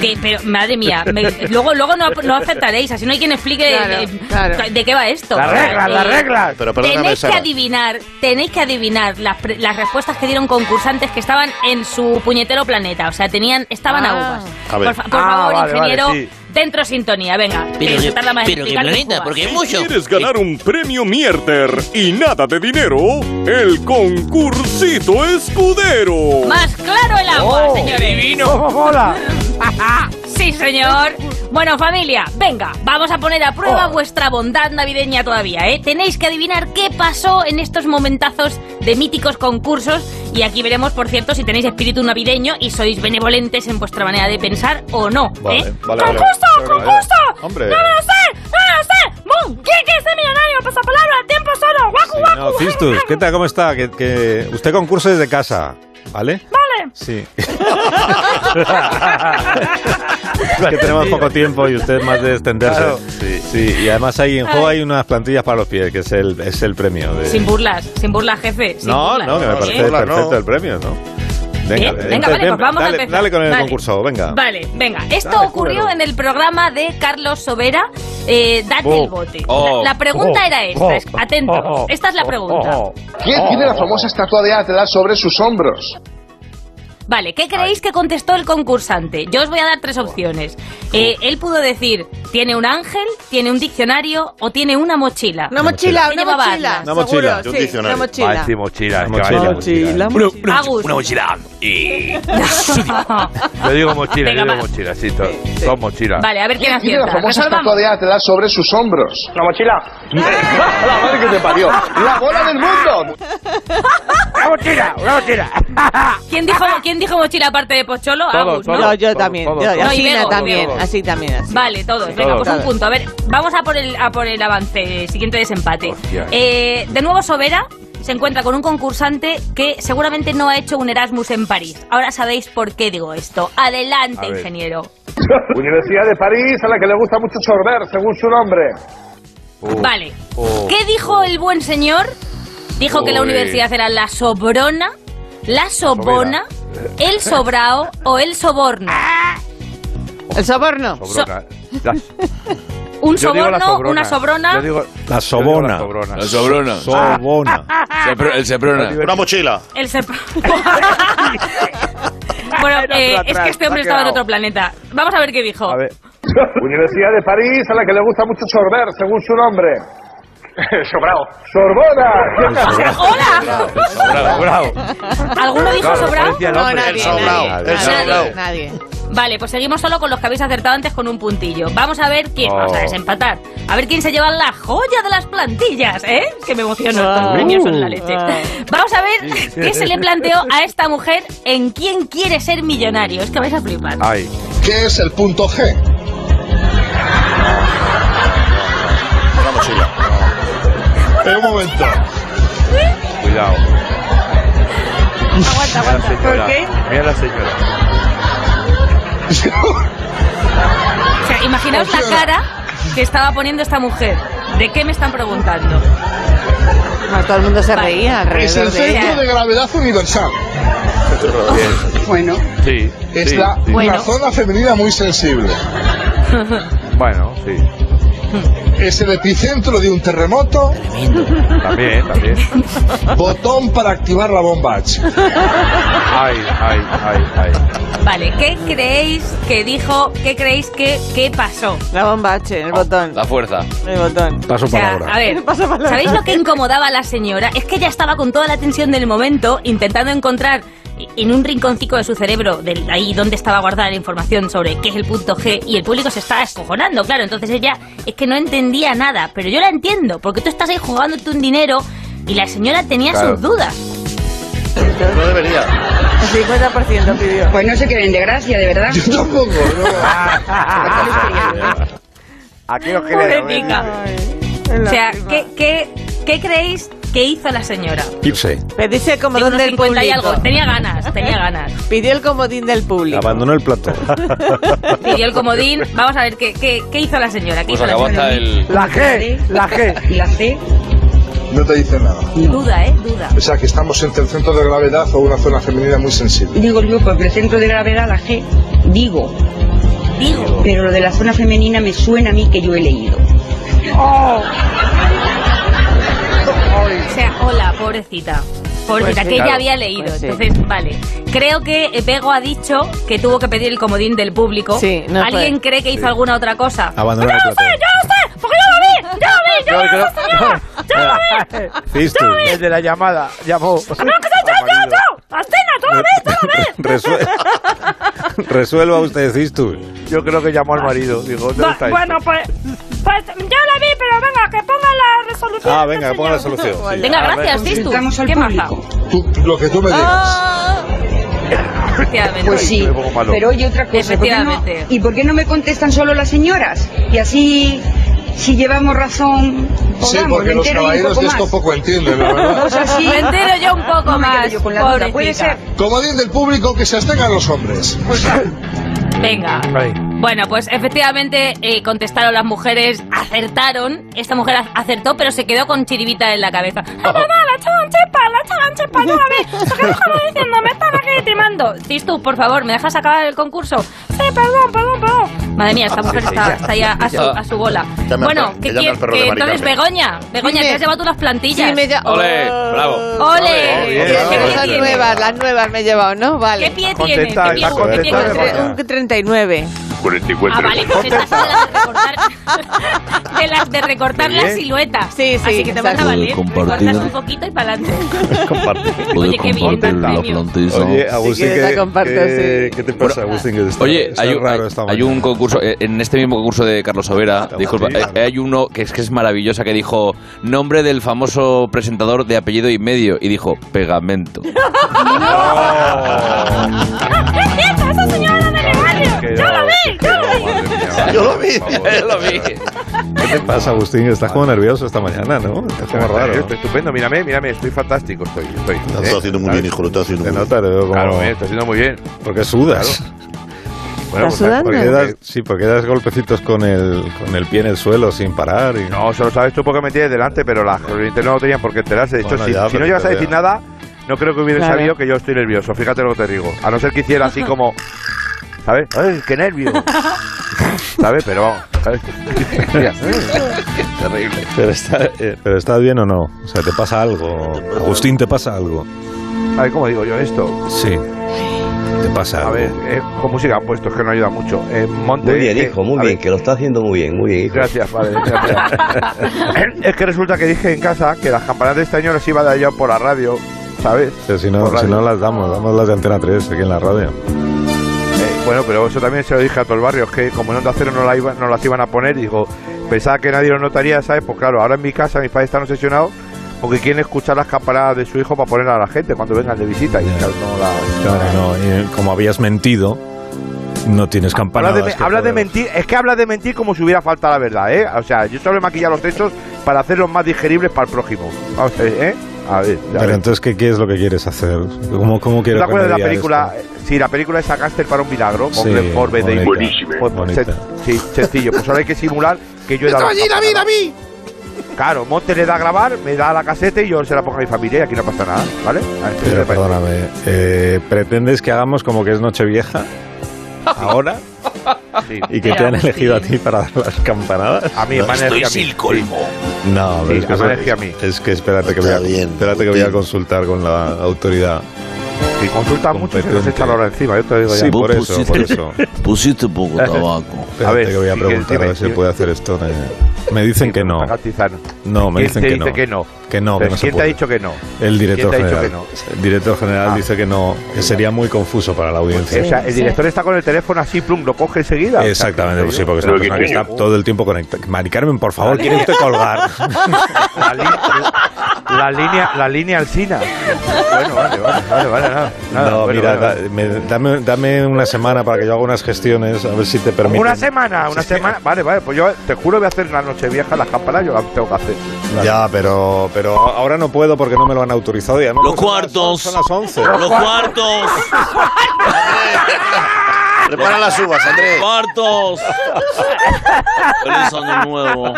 [SPEAKER 7] que- pero madre mía, me- luego luego no, no acertaréis, así no hay quien explique
[SPEAKER 4] Claro,
[SPEAKER 7] eh, de qué va esto. Eh,
[SPEAKER 2] Las reglas, las reglas. Pero perdóname,
[SPEAKER 7] Tenéis que
[SPEAKER 2] Sara.
[SPEAKER 7] adivinar, tenéis que adivinar las, pre- las respuestas que dieron concursantes que estaban en su puñetero planeta, o sea, tenían estaban a uvas.
[SPEAKER 10] A ver.
[SPEAKER 7] Por, fa- por
[SPEAKER 10] Ah,
[SPEAKER 7] favor,
[SPEAKER 10] vale, vale,
[SPEAKER 7] ingeniero,
[SPEAKER 10] sí.
[SPEAKER 7] dentro sintonía, venga.
[SPEAKER 10] Pero
[SPEAKER 7] que
[SPEAKER 10] que-
[SPEAKER 7] se tarda más en
[SPEAKER 10] pero que
[SPEAKER 7] explicar
[SPEAKER 10] planeta,
[SPEAKER 7] en Cuba.
[SPEAKER 10] porque es
[SPEAKER 8] Si quieres ganar un premio Mierter y nada de dinero, el concursito escudero.
[SPEAKER 7] Más claro el agua,
[SPEAKER 8] Oh,
[SPEAKER 7] señores.
[SPEAKER 8] divino. Coca-Cola.
[SPEAKER 7] sí, señor. Bueno, familia, venga, vamos a poner a
[SPEAKER 10] Oh.
[SPEAKER 7] prueba vuestra bondad navideña todavía, ¿eh? Tenéis que adivinar qué pasó en estos momentazos de míticos concursos. Y aquí veremos, por cierto, si tenéis espíritu navideño y sois benevolentes en vuestra manera de pensar o no.
[SPEAKER 2] Vale,
[SPEAKER 7] ¿eh?
[SPEAKER 2] vale, vale.
[SPEAKER 7] ¡Concurso!
[SPEAKER 2] Claro, claro.
[SPEAKER 7] ¡Concurso!
[SPEAKER 2] Hombre.
[SPEAKER 7] ¡No lo sé! ¡No lo sé! ¡Bum! ¿Qué que ese millonario? ¡Pasapalabra! ¡Tiempo solo! ¡Guacu, guacu!
[SPEAKER 1] No, Cistus, ¿qué tal? ¿Cómo está? Que, que usted concurso desde casa, ¿vale?
[SPEAKER 7] Vale.
[SPEAKER 1] Sí. Es que tenemos poco tiempo y usted más de extenderse.
[SPEAKER 5] Claro.
[SPEAKER 1] Sí. y además hay en juego hay unas plantillas para los pies, que es el, es el premio. De...
[SPEAKER 7] Sin burlas, sin burlas, jefe. sin
[SPEAKER 1] no,
[SPEAKER 7] burlas.
[SPEAKER 1] no, que me
[SPEAKER 7] ¿Eh?
[SPEAKER 1] parece perfecto el premio, ¿no? eh,
[SPEAKER 7] Bien, venga, vale, pues vamos a
[SPEAKER 1] dale,
[SPEAKER 7] empezar.
[SPEAKER 1] dale con el
[SPEAKER 7] Vale.
[SPEAKER 1] concurso, venga.
[SPEAKER 7] Vale, venga. Esto
[SPEAKER 1] Dale,
[SPEAKER 7] ocurrió
[SPEAKER 1] cúbrelo.
[SPEAKER 7] en el programa de Carlos Sobera, eh, Date
[SPEAKER 1] Oh,
[SPEAKER 7] el bote.
[SPEAKER 1] oh,
[SPEAKER 7] la, la pregunta
[SPEAKER 1] oh,
[SPEAKER 7] era esta, es-
[SPEAKER 1] oh,
[SPEAKER 7] atentos.
[SPEAKER 1] oh,
[SPEAKER 7] esta es la pregunta.
[SPEAKER 9] ¿Quién tiene la famosa estatua de Atlas sobre sus hombros?
[SPEAKER 7] Vale, ¿qué creéis que contestó el concursante? Yo os voy a dar tres opciones.
[SPEAKER 1] Oh,
[SPEAKER 7] Eh, él pudo decir, ¿tiene un ángel, tiene un diccionario o tiene una mochila?
[SPEAKER 4] Una mochila,
[SPEAKER 7] ¿Qué
[SPEAKER 4] una
[SPEAKER 7] llevaba
[SPEAKER 4] mochila,
[SPEAKER 7] Atlas?
[SPEAKER 4] Una mochila, Seguro, yo un sí, diccionario. una mochila.
[SPEAKER 5] Va a decir mochila, es que
[SPEAKER 1] Mochila.
[SPEAKER 5] va a decir mochila.
[SPEAKER 12] Una, una
[SPEAKER 7] Agus.
[SPEAKER 12] mochila. Una mochila. Y...
[SPEAKER 5] Yo digo mochila,
[SPEAKER 7] Venga,
[SPEAKER 5] yo
[SPEAKER 7] va.
[SPEAKER 5] digo mochila, sí, to- son mochilas.
[SPEAKER 7] Vale, a ver quién
[SPEAKER 9] ¿Quién tiene
[SPEAKER 7] acierta.
[SPEAKER 9] la famosa
[SPEAKER 7] Resolvamos.
[SPEAKER 9] estatua de Atlas sobre sus hombros? La mochila. la madre que te parió. La bola del mundo.
[SPEAKER 5] ¡Una mochila! ¡Una mochila!
[SPEAKER 7] ¿Quién dijo, ¿Quién dijo mochila aparte de Pocholo?
[SPEAKER 4] Todos,
[SPEAKER 7] Agus, ¿no?
[SPEAKER 4] todos, Yo- yo todos, también, todos, yo- todos. así
[SPEAKER 7] y Bego,
[SPEAKER 4] también,
[SPEAKER 7] Bego.
[SPEAKER 4] así también, así.
[SPEAKER 7] Vale, todos. Venga,
[SPEAKER 4] todos.
[SPEAKER 7] pues un punto. A ver, vamos a por el, a por el avance, eh, siguiente desempate.
[SPEAKER 4] Hostia.
[SPEAKER 7] Eh, de nuevo Sobera se encuentra con un concursante que seguramente no ha hecho un Erasmus en París. Ahora sabéis por qué digo esto. Adelante,
[SPEAKER 22] A ver.
[SPEAKER 7] ingeniero.
[SPEAKER 22] Universidad de París, a la que le gusta mucho sorber, según su nombre.
[SPEAKER 7] Vale.
[SPEAKER 1] Oh,
[SPEAKER 7] ¿Qué dijo el buen señor? Dijo que la
[SPEAKER 22] Ole.
[SPEAKER 7] universidad era la sobrona, la sobona, el sobrao o el soborno.
[SPEAKER 4] El soborno.
[SPEAKER 5] Sobrona. Las-
[SPEAKER 7] Un
[SPEAKER 5] Yo digo la
[SPEAKER 7] soborno, una sobrona.
[SPEAKER 5] Yo digo-
[SPEAKER 1] La sobrona.
[SPEAKER 5] sobrona.
[SPEAKER 3] La sobrona.
[SPEAKER 2] Ah,
[SPEAKER 1] Sobona.
[SPEAKER 3] Sepro- el seprona.
[SPEAKER 2] Una mochila.
[SPEAKER 7] El sep- bueno, eh, es que este hombre
[SPEAKER 22] se ha
[SPEAKER 7] estaba en
[SPEAKER 22] quedado.
[SPEAKER 7] otro planeta. Vamos a ver qué dijo.
[SPEAKER 22] Universidad de París, a la que le gusta mucho sorber, según su nombre. Sobrado. Sorbona.
[SPEAKER 7] ¡Hola!
[SPEAKER 5] Sobrado, bravo.
[SPEAKER 7] ¿Alguno dijo
[SPEAKER 5] Claro,
[SPEAKER 7] sobrado?
[SPEAKER 5] parecía el hombre.
[SPEAKER 2] nadie, El sobrao, nadie, el nadie, sobrao.
[SPEAKER 4] Nadie.
[SPEAKER 7] Vale, pues seguimos solo con los que habéis acertado antes con un puntillo. Vamos a ver quién. Vamos a
[SPEAKER 4] Oh.
[SPEAKER 7] desempatar. A ver quién se lleva la joya de las plantillas, ¿eh? Que me emociono.
[SPEAKER 4] Ah.
[SPEAKER 7] Los premios son
[SPEAKER 2] Uh.
[SPEAKER 7] la leche.
[SPEAKER 4] Ah.
[SPEAKER 7] Vamos a ver qué se le planteó a esta mujer en quién quiere ser millonario. Es que vais a flipar.
[SPEAKER 5] Ay.
[SPEAKER 9] ¿Qué es el punto G?
[SPEAKER 2] Una mochila.
[SPEAKER 9] Espera un momento.
[SPEAKER 5] Cuidado.
[SPEAKER 9] Aguanta,
[SPEAKER 5] Mira la señora.
[SPEAKER 9] ¿Por qué?
[SPEAKER 5] Mira la señora.
[SPEAKER 7] O sea, imaginaos la cara que estaba poniendo esta mujer. ¿De qué me están preguntando?
[SPEAKER 4] No, todo el mundo se
[SPEAKER 9] Es
[SPEAKER 4] reía alrededor
[SPEAKER 9] el
[SPEAKER 4] de
[SPEAKER 9] centro
[SPEAKER 4] ella.
[SPEAKER 9] de gravedad universal. Bueno,
[SPEAKER 5] Sí.
[SPEAKER 9] es
[SPEAKER 5] sí,
[SPEAKER 9] la,
[SPEAKER 5] sí.
[SPEAKER 9] una zona femenina muy sensible.
[SPEAKER 5] Bueno, sí.
[SPEAKER 13] es el epicentro de un terremoto.
[SPEAKER 5] También, también.
[SPEAKER 13] Botón para activar la bomba H.
[SPEAKER 5] Ay, ay, ay, ay.
[SPEAKER 7] Vale, ¿qué creéis que dijo? ¿Qué creéis que, que pasó?
[SPEAKER 4] La bomba H, el botón.
[SPEAKER 3] La fuerza.
[SPEAKER 4] El botón.
[SPEAKER 1] Paso
[SPEAKER 7] O sea,
[SPEAKER 1] palabra.
[SPEAKER 7] a ver, ¿sabéis lo que incomodaba a la señora? Es que ella estaba con toda la tensión del momento intentando encontrar en un rinconcito de su cerebro, de ahí donde estaba guardada la información sobre qué es el punto G, y el público se estaba escojonando, claro. Entonces ella es que no entendía nada, pero yo la entiendo, porque tú estás ahí jugándote un dinero y la señora tenía
[SPEAKER 2] Claro.
[SPEAKER 7] sus dudas.
[SPEAKER 2] No debería.
[SPEAKER 4] El 50% pidió.
[SPEAKER 14] Pues no se quieren de gracia, de verdad.
[SPEAKER 13] Yo tampoco,
[SPEAKER 5] Aquí los que le
[SPEAKER 7] Pobretica. O sea, ¿qué, qué, qué creéis que hizo la señora?
[SPEAKER 1] Irse.
[SPEAKER 4] Pediste el
[SPEAKER 7] Tengo
[SPEAKER 4] comodín
[SPEAKER 7] unos
[SPEAKER 4] del
[SPEAKER 7] 50 y
[SPEAKER 4] público.
[SPEAKER 7] algo. Tenía ganas, tenía ganas.
[SPEAKER 4] Pidió el comodín del público.
[SPEAKER 1] Abandonó el plato.
[SPEAKER 7] Pidió el comodín. Vamos a ver qué, qué, qué hizo la señora. ¿Qué
[SPEAKER 1] Pues
[SPEAKER 7] hizo la
[SPEAKER 1] acabó
[SPEAKER 7] señora?
[SPEAKER 1] hasta el-
[SPEAKER 5] La G, la
[SPEAKER 14] G. La C.
[SPEAKER 13] No te dice nada.
[SPEAKER 7] Duda, ¿eh? Duda.
[SPEAKER 13] O sea, que estamos entre el centro de gravedad o una zona femenina muy sensible.
[SPEAKER 14] Digo yo, porque el centro de gravedad, la G, digo.
[SPEAKER 7] Digo.
[SPEAKER 14] Pero lo de la zona femenina me suena a mí que yo he leído. Oh.
[SPEAKER 7] O sea, hola, pobrecita. Pobrecita,
[SPEAKER 14] Pues sí,
[SPEAKER 7] que ella
[SPEAKER 14] claro.
[SPEAKER 7] había leído.
[SPEAKER 14] Pues sí.
[SPEAKER 7] Entonces, vale. Creo que Pego ha dicho que tuvo que pedir el comodín del público.
[SPEAKER 4] Sí, no fue.
[SPEAKER 7] ¿Alguien cree que hizo
[SPEAKER 4] Sí.
[SPEAKER 7] alguna otra cosa?
[SPEAKER 1] Abandonó el plato.
[SPEAKER 7] ¡Porque yo lo vi! ¡Yo lo vi! ¡Yo lo vi!
[SPEAKER 1] Fistu.
[SPEAKER 5] El de la llamada llamó.
[SPEAKER 7] ¡Astina, tú lo ves!
[SPEAKER 1] Resue- Resuelva usted, Fistu.
[SPEAKER 5] Yo creo que llamó al marido. Digo, ¿dónde está esto?
[SPEAKER 7] Bueno, pues, pues yo la vi, pero venga, que ponga la resolución.
[SPEAKER 1] Ah, venga, ponga la solución. sí.
[SPEAKER 7] Venga,
[SPEAKER 1] A ver.
[SPEAKER 7] gracias, Tistu.
[SPEAKER 14] Consultamos al
[SPEAKER 7] ¿Qué más da?
[SPEAKER 13] Tú, lo que tú me
[SPEAKER 14] Ah,
[SPEAKER 13] digas.
[SPEAKER 7] Efectivamente.
[SPEAKER 14] Pues sí, pero oye otra cosa. ¿por qué no-
[SPEAKER 7] Efectivamente.
[SPEAKER 14] ¿Y por qué no me contestan solo las señoras? Y así, si llevamos razón, podamos,
[SPEAKER 13] Sí, porque
[SPEAKER 14] me
[SPEAKER 13] los
[SPEAKER 14] entero yo un
[SPEAKER 13] caballeros
[SPEAKER 14] poco
[SPEAKER 13] de esto
[SPEAKER 14] más.
[SPEAKER 13] poco entienden, la verdad.
[SPEAKER 14] O sea, sí.
[SPEAKER 7] Me entero yo un poco
[SPEAKER 14] No me quedo
[SPEAKER 7] más,
[SPEAKER 14] yo con la duda,
[SPEAKER 7] pobrecita.
[SPEAKER 14] puede ser. Pues
[SPEAKER 13] Comodín del público que se abstengan los hombres.
[SPEAKER 7] Venga. Bueno, pues efectivamente eh, contestaron las mujeres, acertaron. Esta mujer ac- acertó, pero se quedó con chiribita en la cabeza. ¡Ah, mamá, la chavan chepa, la chavan chepa, yo la vi! ¿Qué me diciendo? Me están aquí trimando. Tistu, por favor, ¿me dejas acabar el concurso? Sí, perdón, perdón, perdón. Madre mía, esta mujer está, está Ah, ya a su, a su bola.
[SPEAKER 2] Llame al
[SPEAKER 7] Bueno,
[SPEAKER 2] perro,
[SPEAKER 7] ¿qué
[SPEAKER 2] que llame al
[SPEAKER 7] quieres?
[SPEAKER 2] perro
[SPEAKER 7] Que
[SPEAKER 2] de Mari
[SPEAKER 7] entonces,
[SPEAKER 2] Carmen.
[SPEAKER 7] Begoña, Begoña,
[SPEAKER 4] Dime.
[SPEAKER 7] te has llevado tú las plantillas.
[SPEAKER 4] Sí, me he lle-
[SPEAKER 3] Ole, bravo.
[SPEAKER 4] ¡Ole!
[SPEAKER 3] Bien,
[SPEAKER 4] Bien,
[SPEAKER 3] bravo.
[SPEAKER 4] cosas
[SPEAKER 3] Bien.
[SPEAKER 4] nuevas, las nuevas me he llevado, ¿no? Vale.
[SPEAKER 7] ¿Qué pie
[SPEAKER 4] Un
[SPEAKER 7] tienes?
[SPEAKER 5] contenta,
[SPEAKER 7] ¿Qué pie
[SPEAKER 5] está
[SPEAKER 7] uno? ¿Qué pie
[SPEAKER 5] contenta de
[SPEAKER 7] cuatro?
[SPEAKER 5] verdad.
[SPEAKER 4] tre- Un 39.
[SPEAKER 7] Ah, vale, pues estas son las de recortar, de las de recortar
[SPEAKER 6] Muy bien.
[SPEAKER 7] las siluetas.
[SPEAKER 4] Sí, sí,
[SPEAKER 7] Así que te van a
[SPEAKER 4] exacto.
[SPEAKER 7] valer.
[SPEAKER 6] Compartir.
[SPEAKER 7] Recortas un poquito y para adelante.
[SPEAKER 6] Puede
[SPEAKER 7] Oye, qué bien,
[SPEAKER 6] compartir la
[SPEAKER 7] premio.
[SPEAKER 6] plantilla.
[SPEAKER 1] Oye, Agustín,
[SPEAKER 4] quieres,
[SPEAKER 1] ¿qué,
[SPEAKER 4] la comparto,
[SPEAKER 1] qué-
[SPEAKER 4] sí.
[SPEAKER 1] qué te pasa, Agustín? que estás-
[SPEAKER 3] Oye,
[SPEAKER 1] estás
[SPEAKER 3] hay un,
[SPEAKER 1] raro
[SPEAKER 3] hay-
[SPEAKER 1] esta
[SPEAKER 3] hay
[SPEAKER 1] mañana?
[SPEAKER 3] un concurso, eh, en este mismo concurso de Carlos Overa, disculpa,
[SPEAKER 1] maravilla.
[SPEAKER 3] eh, hay uno que es que es maravillosa que dijo nombre del famoso presentador de apellido y medio y dijo pegamento.
[SPEAKER 1] Oh.
[SPEAKER 7] ¡Esa señora de Legario! ¡Yo la vi! ¡Yo la vi!
[SPEAKER 2] Yo lo vi.
[SPEAKER 3] Yo lo vi.
[SPEAKER 1] ¿Qué te pasa, Agustín? Estás como nervioso esta mañana, ¿no? Estás como raro.
[SPEAKER 5] Estoy estupendo, mírame, mírame, estoy fantástico, estoy. estoy
[SPEAKER 2] Lo
[SPEAKER 5] ¿eh?
[SPEAKER 2] estás haciendo muy bien, hijo, lo estás haciendo
[SPEAKER 1] Te
[SPEAKER 2] muy bien.
[SPEAKER 1] nota, te veo como...
[SPEAKER 5] Claro, eh, está haciendo muy bien.
[SPEAKER 1] Porque sudas.
[SPEAKER 5] Bueno, pues,
[SPEAKER 1] ¿Por
[SPEAKER 5] porque
[SPEAKER 1] qué das,
[SPEAKER 5] das-
[SPEAKER 1] sí, porque das golpecitos con el, con el pie en el suelo sin parar. Y...
[SPEAKER 5] No, solo sabes tú porque me tienes delante, pero las oyentes no tenían por qué enterarse. De hecho,
[SPEAKER 1] Bueno,
[SPEAKER 5] si,
[SPEAKER 1] ya,
[SPEAKER 5] si
[SPEAKER 1] pero
[SPEAKER 5] no llegas
[SPEAKER 1] te
[SPEAKER 5] a decir
[SPEAKER 1] veo.
[SPEAKER 5] nada, no creo que hubieras
[SPEAKER 1] Claro.
[SPEAKER 5] sabido que yo estoy nervioso. Fíjate lo que te digo. A no ser que hiciera así como. ¿Sabes? ¡Ay, qué nervio! ¿Sabes? Pero vamos. ¿sabes? Mira, Terrible.
[SPEAKER 1] Pero, está, eh, pero estás bien o no? O sea, ¿te pasa algo? Agustín, ¿te pasa algo?
[SPEAKER 5] Ay, ¿cómo digo yo esto?
[SPEAKER 1] Sí. ¿Te pasa algo?
[SPEAKER 5] A ver, eh, con música han puesto, es que no ayuda mucho. Eh, Monte,
[SPEAKER 15] Muy bien,
[SPEAKER 5] eh,
[SPEAKER 15] hijo,
[SPEAKER 5] a
[SPEAKER 15] muy
[SPEAKER 5] ver,
[SPEAKER 15] bien, que lo está haciendo muy bien, muy bien, hijo.
[SPEAKER 5] Gracias, padre. gracias. es que resulta que dije en casa que las campanas de este año las iba a dar yo por la radio, ¿sabes?
[SPEAKER 1] Pero si no,
[SPEAKER 5] Por
[SPEAKER 1] si
[SPEAKER 5] radio.
[SPEAKER 1] no las damos, damos las de Antena 3 aquí en la radio.
[SPEAKER 5] Eh, bueno, pero eso también se lo dije a todo el barrio, es que como en Onda Cero no, la iba- no las iban a poner, digo, pensaba que nadie lo notaría, ¿sabes? Pues claro, ahora en mi casa mis padres están obsesionados porque quieren escuchar las campanadas de su hijo para poner a la gente cuando vengan de visita. Y claro, no la-
[SPEAKER 1] Claro, no. y, eh, como habías mentido, no tienes
[SPEAKER 5] Habla de,
[SPEAKER 1] campanadas. que
[SPEAKER 5] habla de
[SPEAKER 1] poder-
[SPEAKER 5] mentir, es que habla de mentir como si hubiera falta la verdad, ¿eh? O sea, yo solo he maquillado los textos para hacerlos más digeribles para el prójimo. Vamos a ver, ¿eh? A ver, a
[SPEAKER 1] Pero
[SPEAKER 5] ver.
[SPEAKER 1] entonces, ¿qué, qué es lo que quieres hacer? ¿Cómo, cómo
[SPEAKER 5] ¿Tú
[SPEAKER 1] quieres
[SPEAKER 5] te acuerdas de la
[SPEAKER 1] remediar
[SPEAKER 5] película? Sí, la película es Gánster para un milagro,
[SPEAKER 1] Sí,
[SPEAKER 5] con Glenn Forbes de
[SPEAKER 1] bonita,
[SPEAKER 5] Buenísimo. Pues, pues,
[SPEAKER 1] bonita.
[SPEAKER 5] sen- sí, sencillo. Pues ahora hay que simular que yo he
[SPEAKER 9] Estaba
[SPEAKER 5] dado.
[SPEAKER 9] allí,
[SPEAKER 5] la
[SPEAKER 9] David,
[SPEAKER 5] campanada. Claro, Monte le da a grabar, me da la casete y yo se la pongo a mi familia y aquí no pasa nada, ¿vale? A ver, ¿qué
[SPEAKER 1] Pero
[SPEAKER 5] te parece?
[SPEAKER 1] perdóname, eh, ¿pretendes que hagamos como que es Nochevieja? ahora y que te han elegido a ti para dar las campanadas.
[SPEAKER 5] A mí,
[SPEAKER 1] No.
[SPEAKER 5] me han elegido a mí.
[SPEAKER 1] No, pero
[SPEAKER 5] Sí,
[SPEAKER 1] es que,
[SPEAKER 5] me
[SPEAKER 1] eso-
[SPEAKER 5] han elegido a mí.
[SPEAKER 1] es que espérate que, voy a, espérate que voy a consultar con la autoridad.
[SPEAKER 5] Si consultas mucho, se nos echa la hora encima. Yo te lo digo ya.
[SPEAKER 1] Sí, por eso, por eso.
[SPEAKER 6] Pusiste poco tabaco.
[SPEAKER 1] Espérate que voy a preguntar a ver si se puede hacer esto. eh. Me dicen que no. No, me
[SPEAKER 5] ¿Quién
[SPEAKER 1] dicen
[SPEAKER 5] te
[SPEAKER 1] que
[SPEAKER 5] dice
[SPEAKER 1] no.
[SPEAKER 5] que no?
[SPEAKER 1] Que no, que no
[SPEAKER 5] ¿Quién
[SPEAKER 1] se
[SPEAKER 5] te ha
[SPEAKER 1] puede.
[SPEAKER 5] dicho que no?
[SPEAKER 1] El director
[SPEAKER 5] ¿Quién te ha dicho Ah.
[SPEAKER 1] general. El director general dice que no, que sería muy confuso para la audiencia.
[SPEAKER 5] O sea, el director está con el teléfono así, plum, lo coge enseguida.
[SPEAKER 1] Exactamente, pues sí, porque es
[SPEAKER 5] Pero
[SPEAKER 1] una
[SPEAKER 5] que
[SPEAKER 1] persona que
[SPEAKER 5] coño.
[SPEAKER 1] está todo el tiempo conectada. Mari Carmen, por favor, ¿quiere usted colgar?
[SPEAKER 5] La, li- la- la línea, la línea Alsina. Bueno, vale, vale, vale, vale, nada, nada,
[SPEAKER 1] no,
[SPEAKER 5] bueno,
[SPEAKER 1] mira,
[SPEAKER 5] vale, vale.
[SPEAKER 1] da- me- dame, dame una semana para que yo haga unas gestiones, a ver si te permite.
[SPEAKER 5] Una semana, una semana. Vale, vale, pues yo te juro voy a hacer una noche vieja las campanas, yo las tengo que hacer.
[SPEAKER 1] Ya, pero, pero ahora no puedo porque no me lo han autorizado. Ya, ¿no?
[SPEAKER 5] Los
[SPEAKER 1] cuartos. Son las 11.
[SPEAKER 6] Los cuartos.
[SPEAKER 2] Prepara las uvas, Andrés.
[SPEAKER 6] Cuartos. Feliz año nuevo.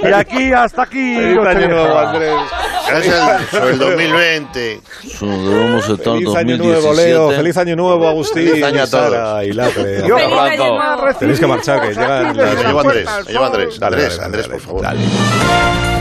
[SPEAKER 5] Y aquí, hasta aquí.
[SPEAKER 6] Feliz
[SPEAKER 5] noche
[SPEAKER 6] año nuevo,
[SPEAKER 5] vieja.
[SPEAKER 6] Andrés.
[SPEAKER 2] Gracias por el 2020.
[SPEAKER 6] Eso debemos estar
[SPEAKER 1] Feliz
[SPEAKER 6] 2017.
[SPEAKER 1] año nuevo, Leo. Feliz año nuevo, Agustín.
[SPEAKER 2] Feliz año a todos.
[SPEAKER 1] Sara Y Latre.
[SPEAKER 2] Yo- Feliz año nuevo.
[SPEAKER 1] Tenéis que marchar, que llega.
[SPEAKER 2] Me llevo a Andrés,
[SPEAKER 1] Dale,
[SPEAKER 2] me llevo a Andrés.
[SPEAKER 1] dale,
[SPEAKER 2] Andrés,
[SPEAKER 1] dale,
[SPEAKER 2] Andrés, por favor.
[SPEAKER 1] dale.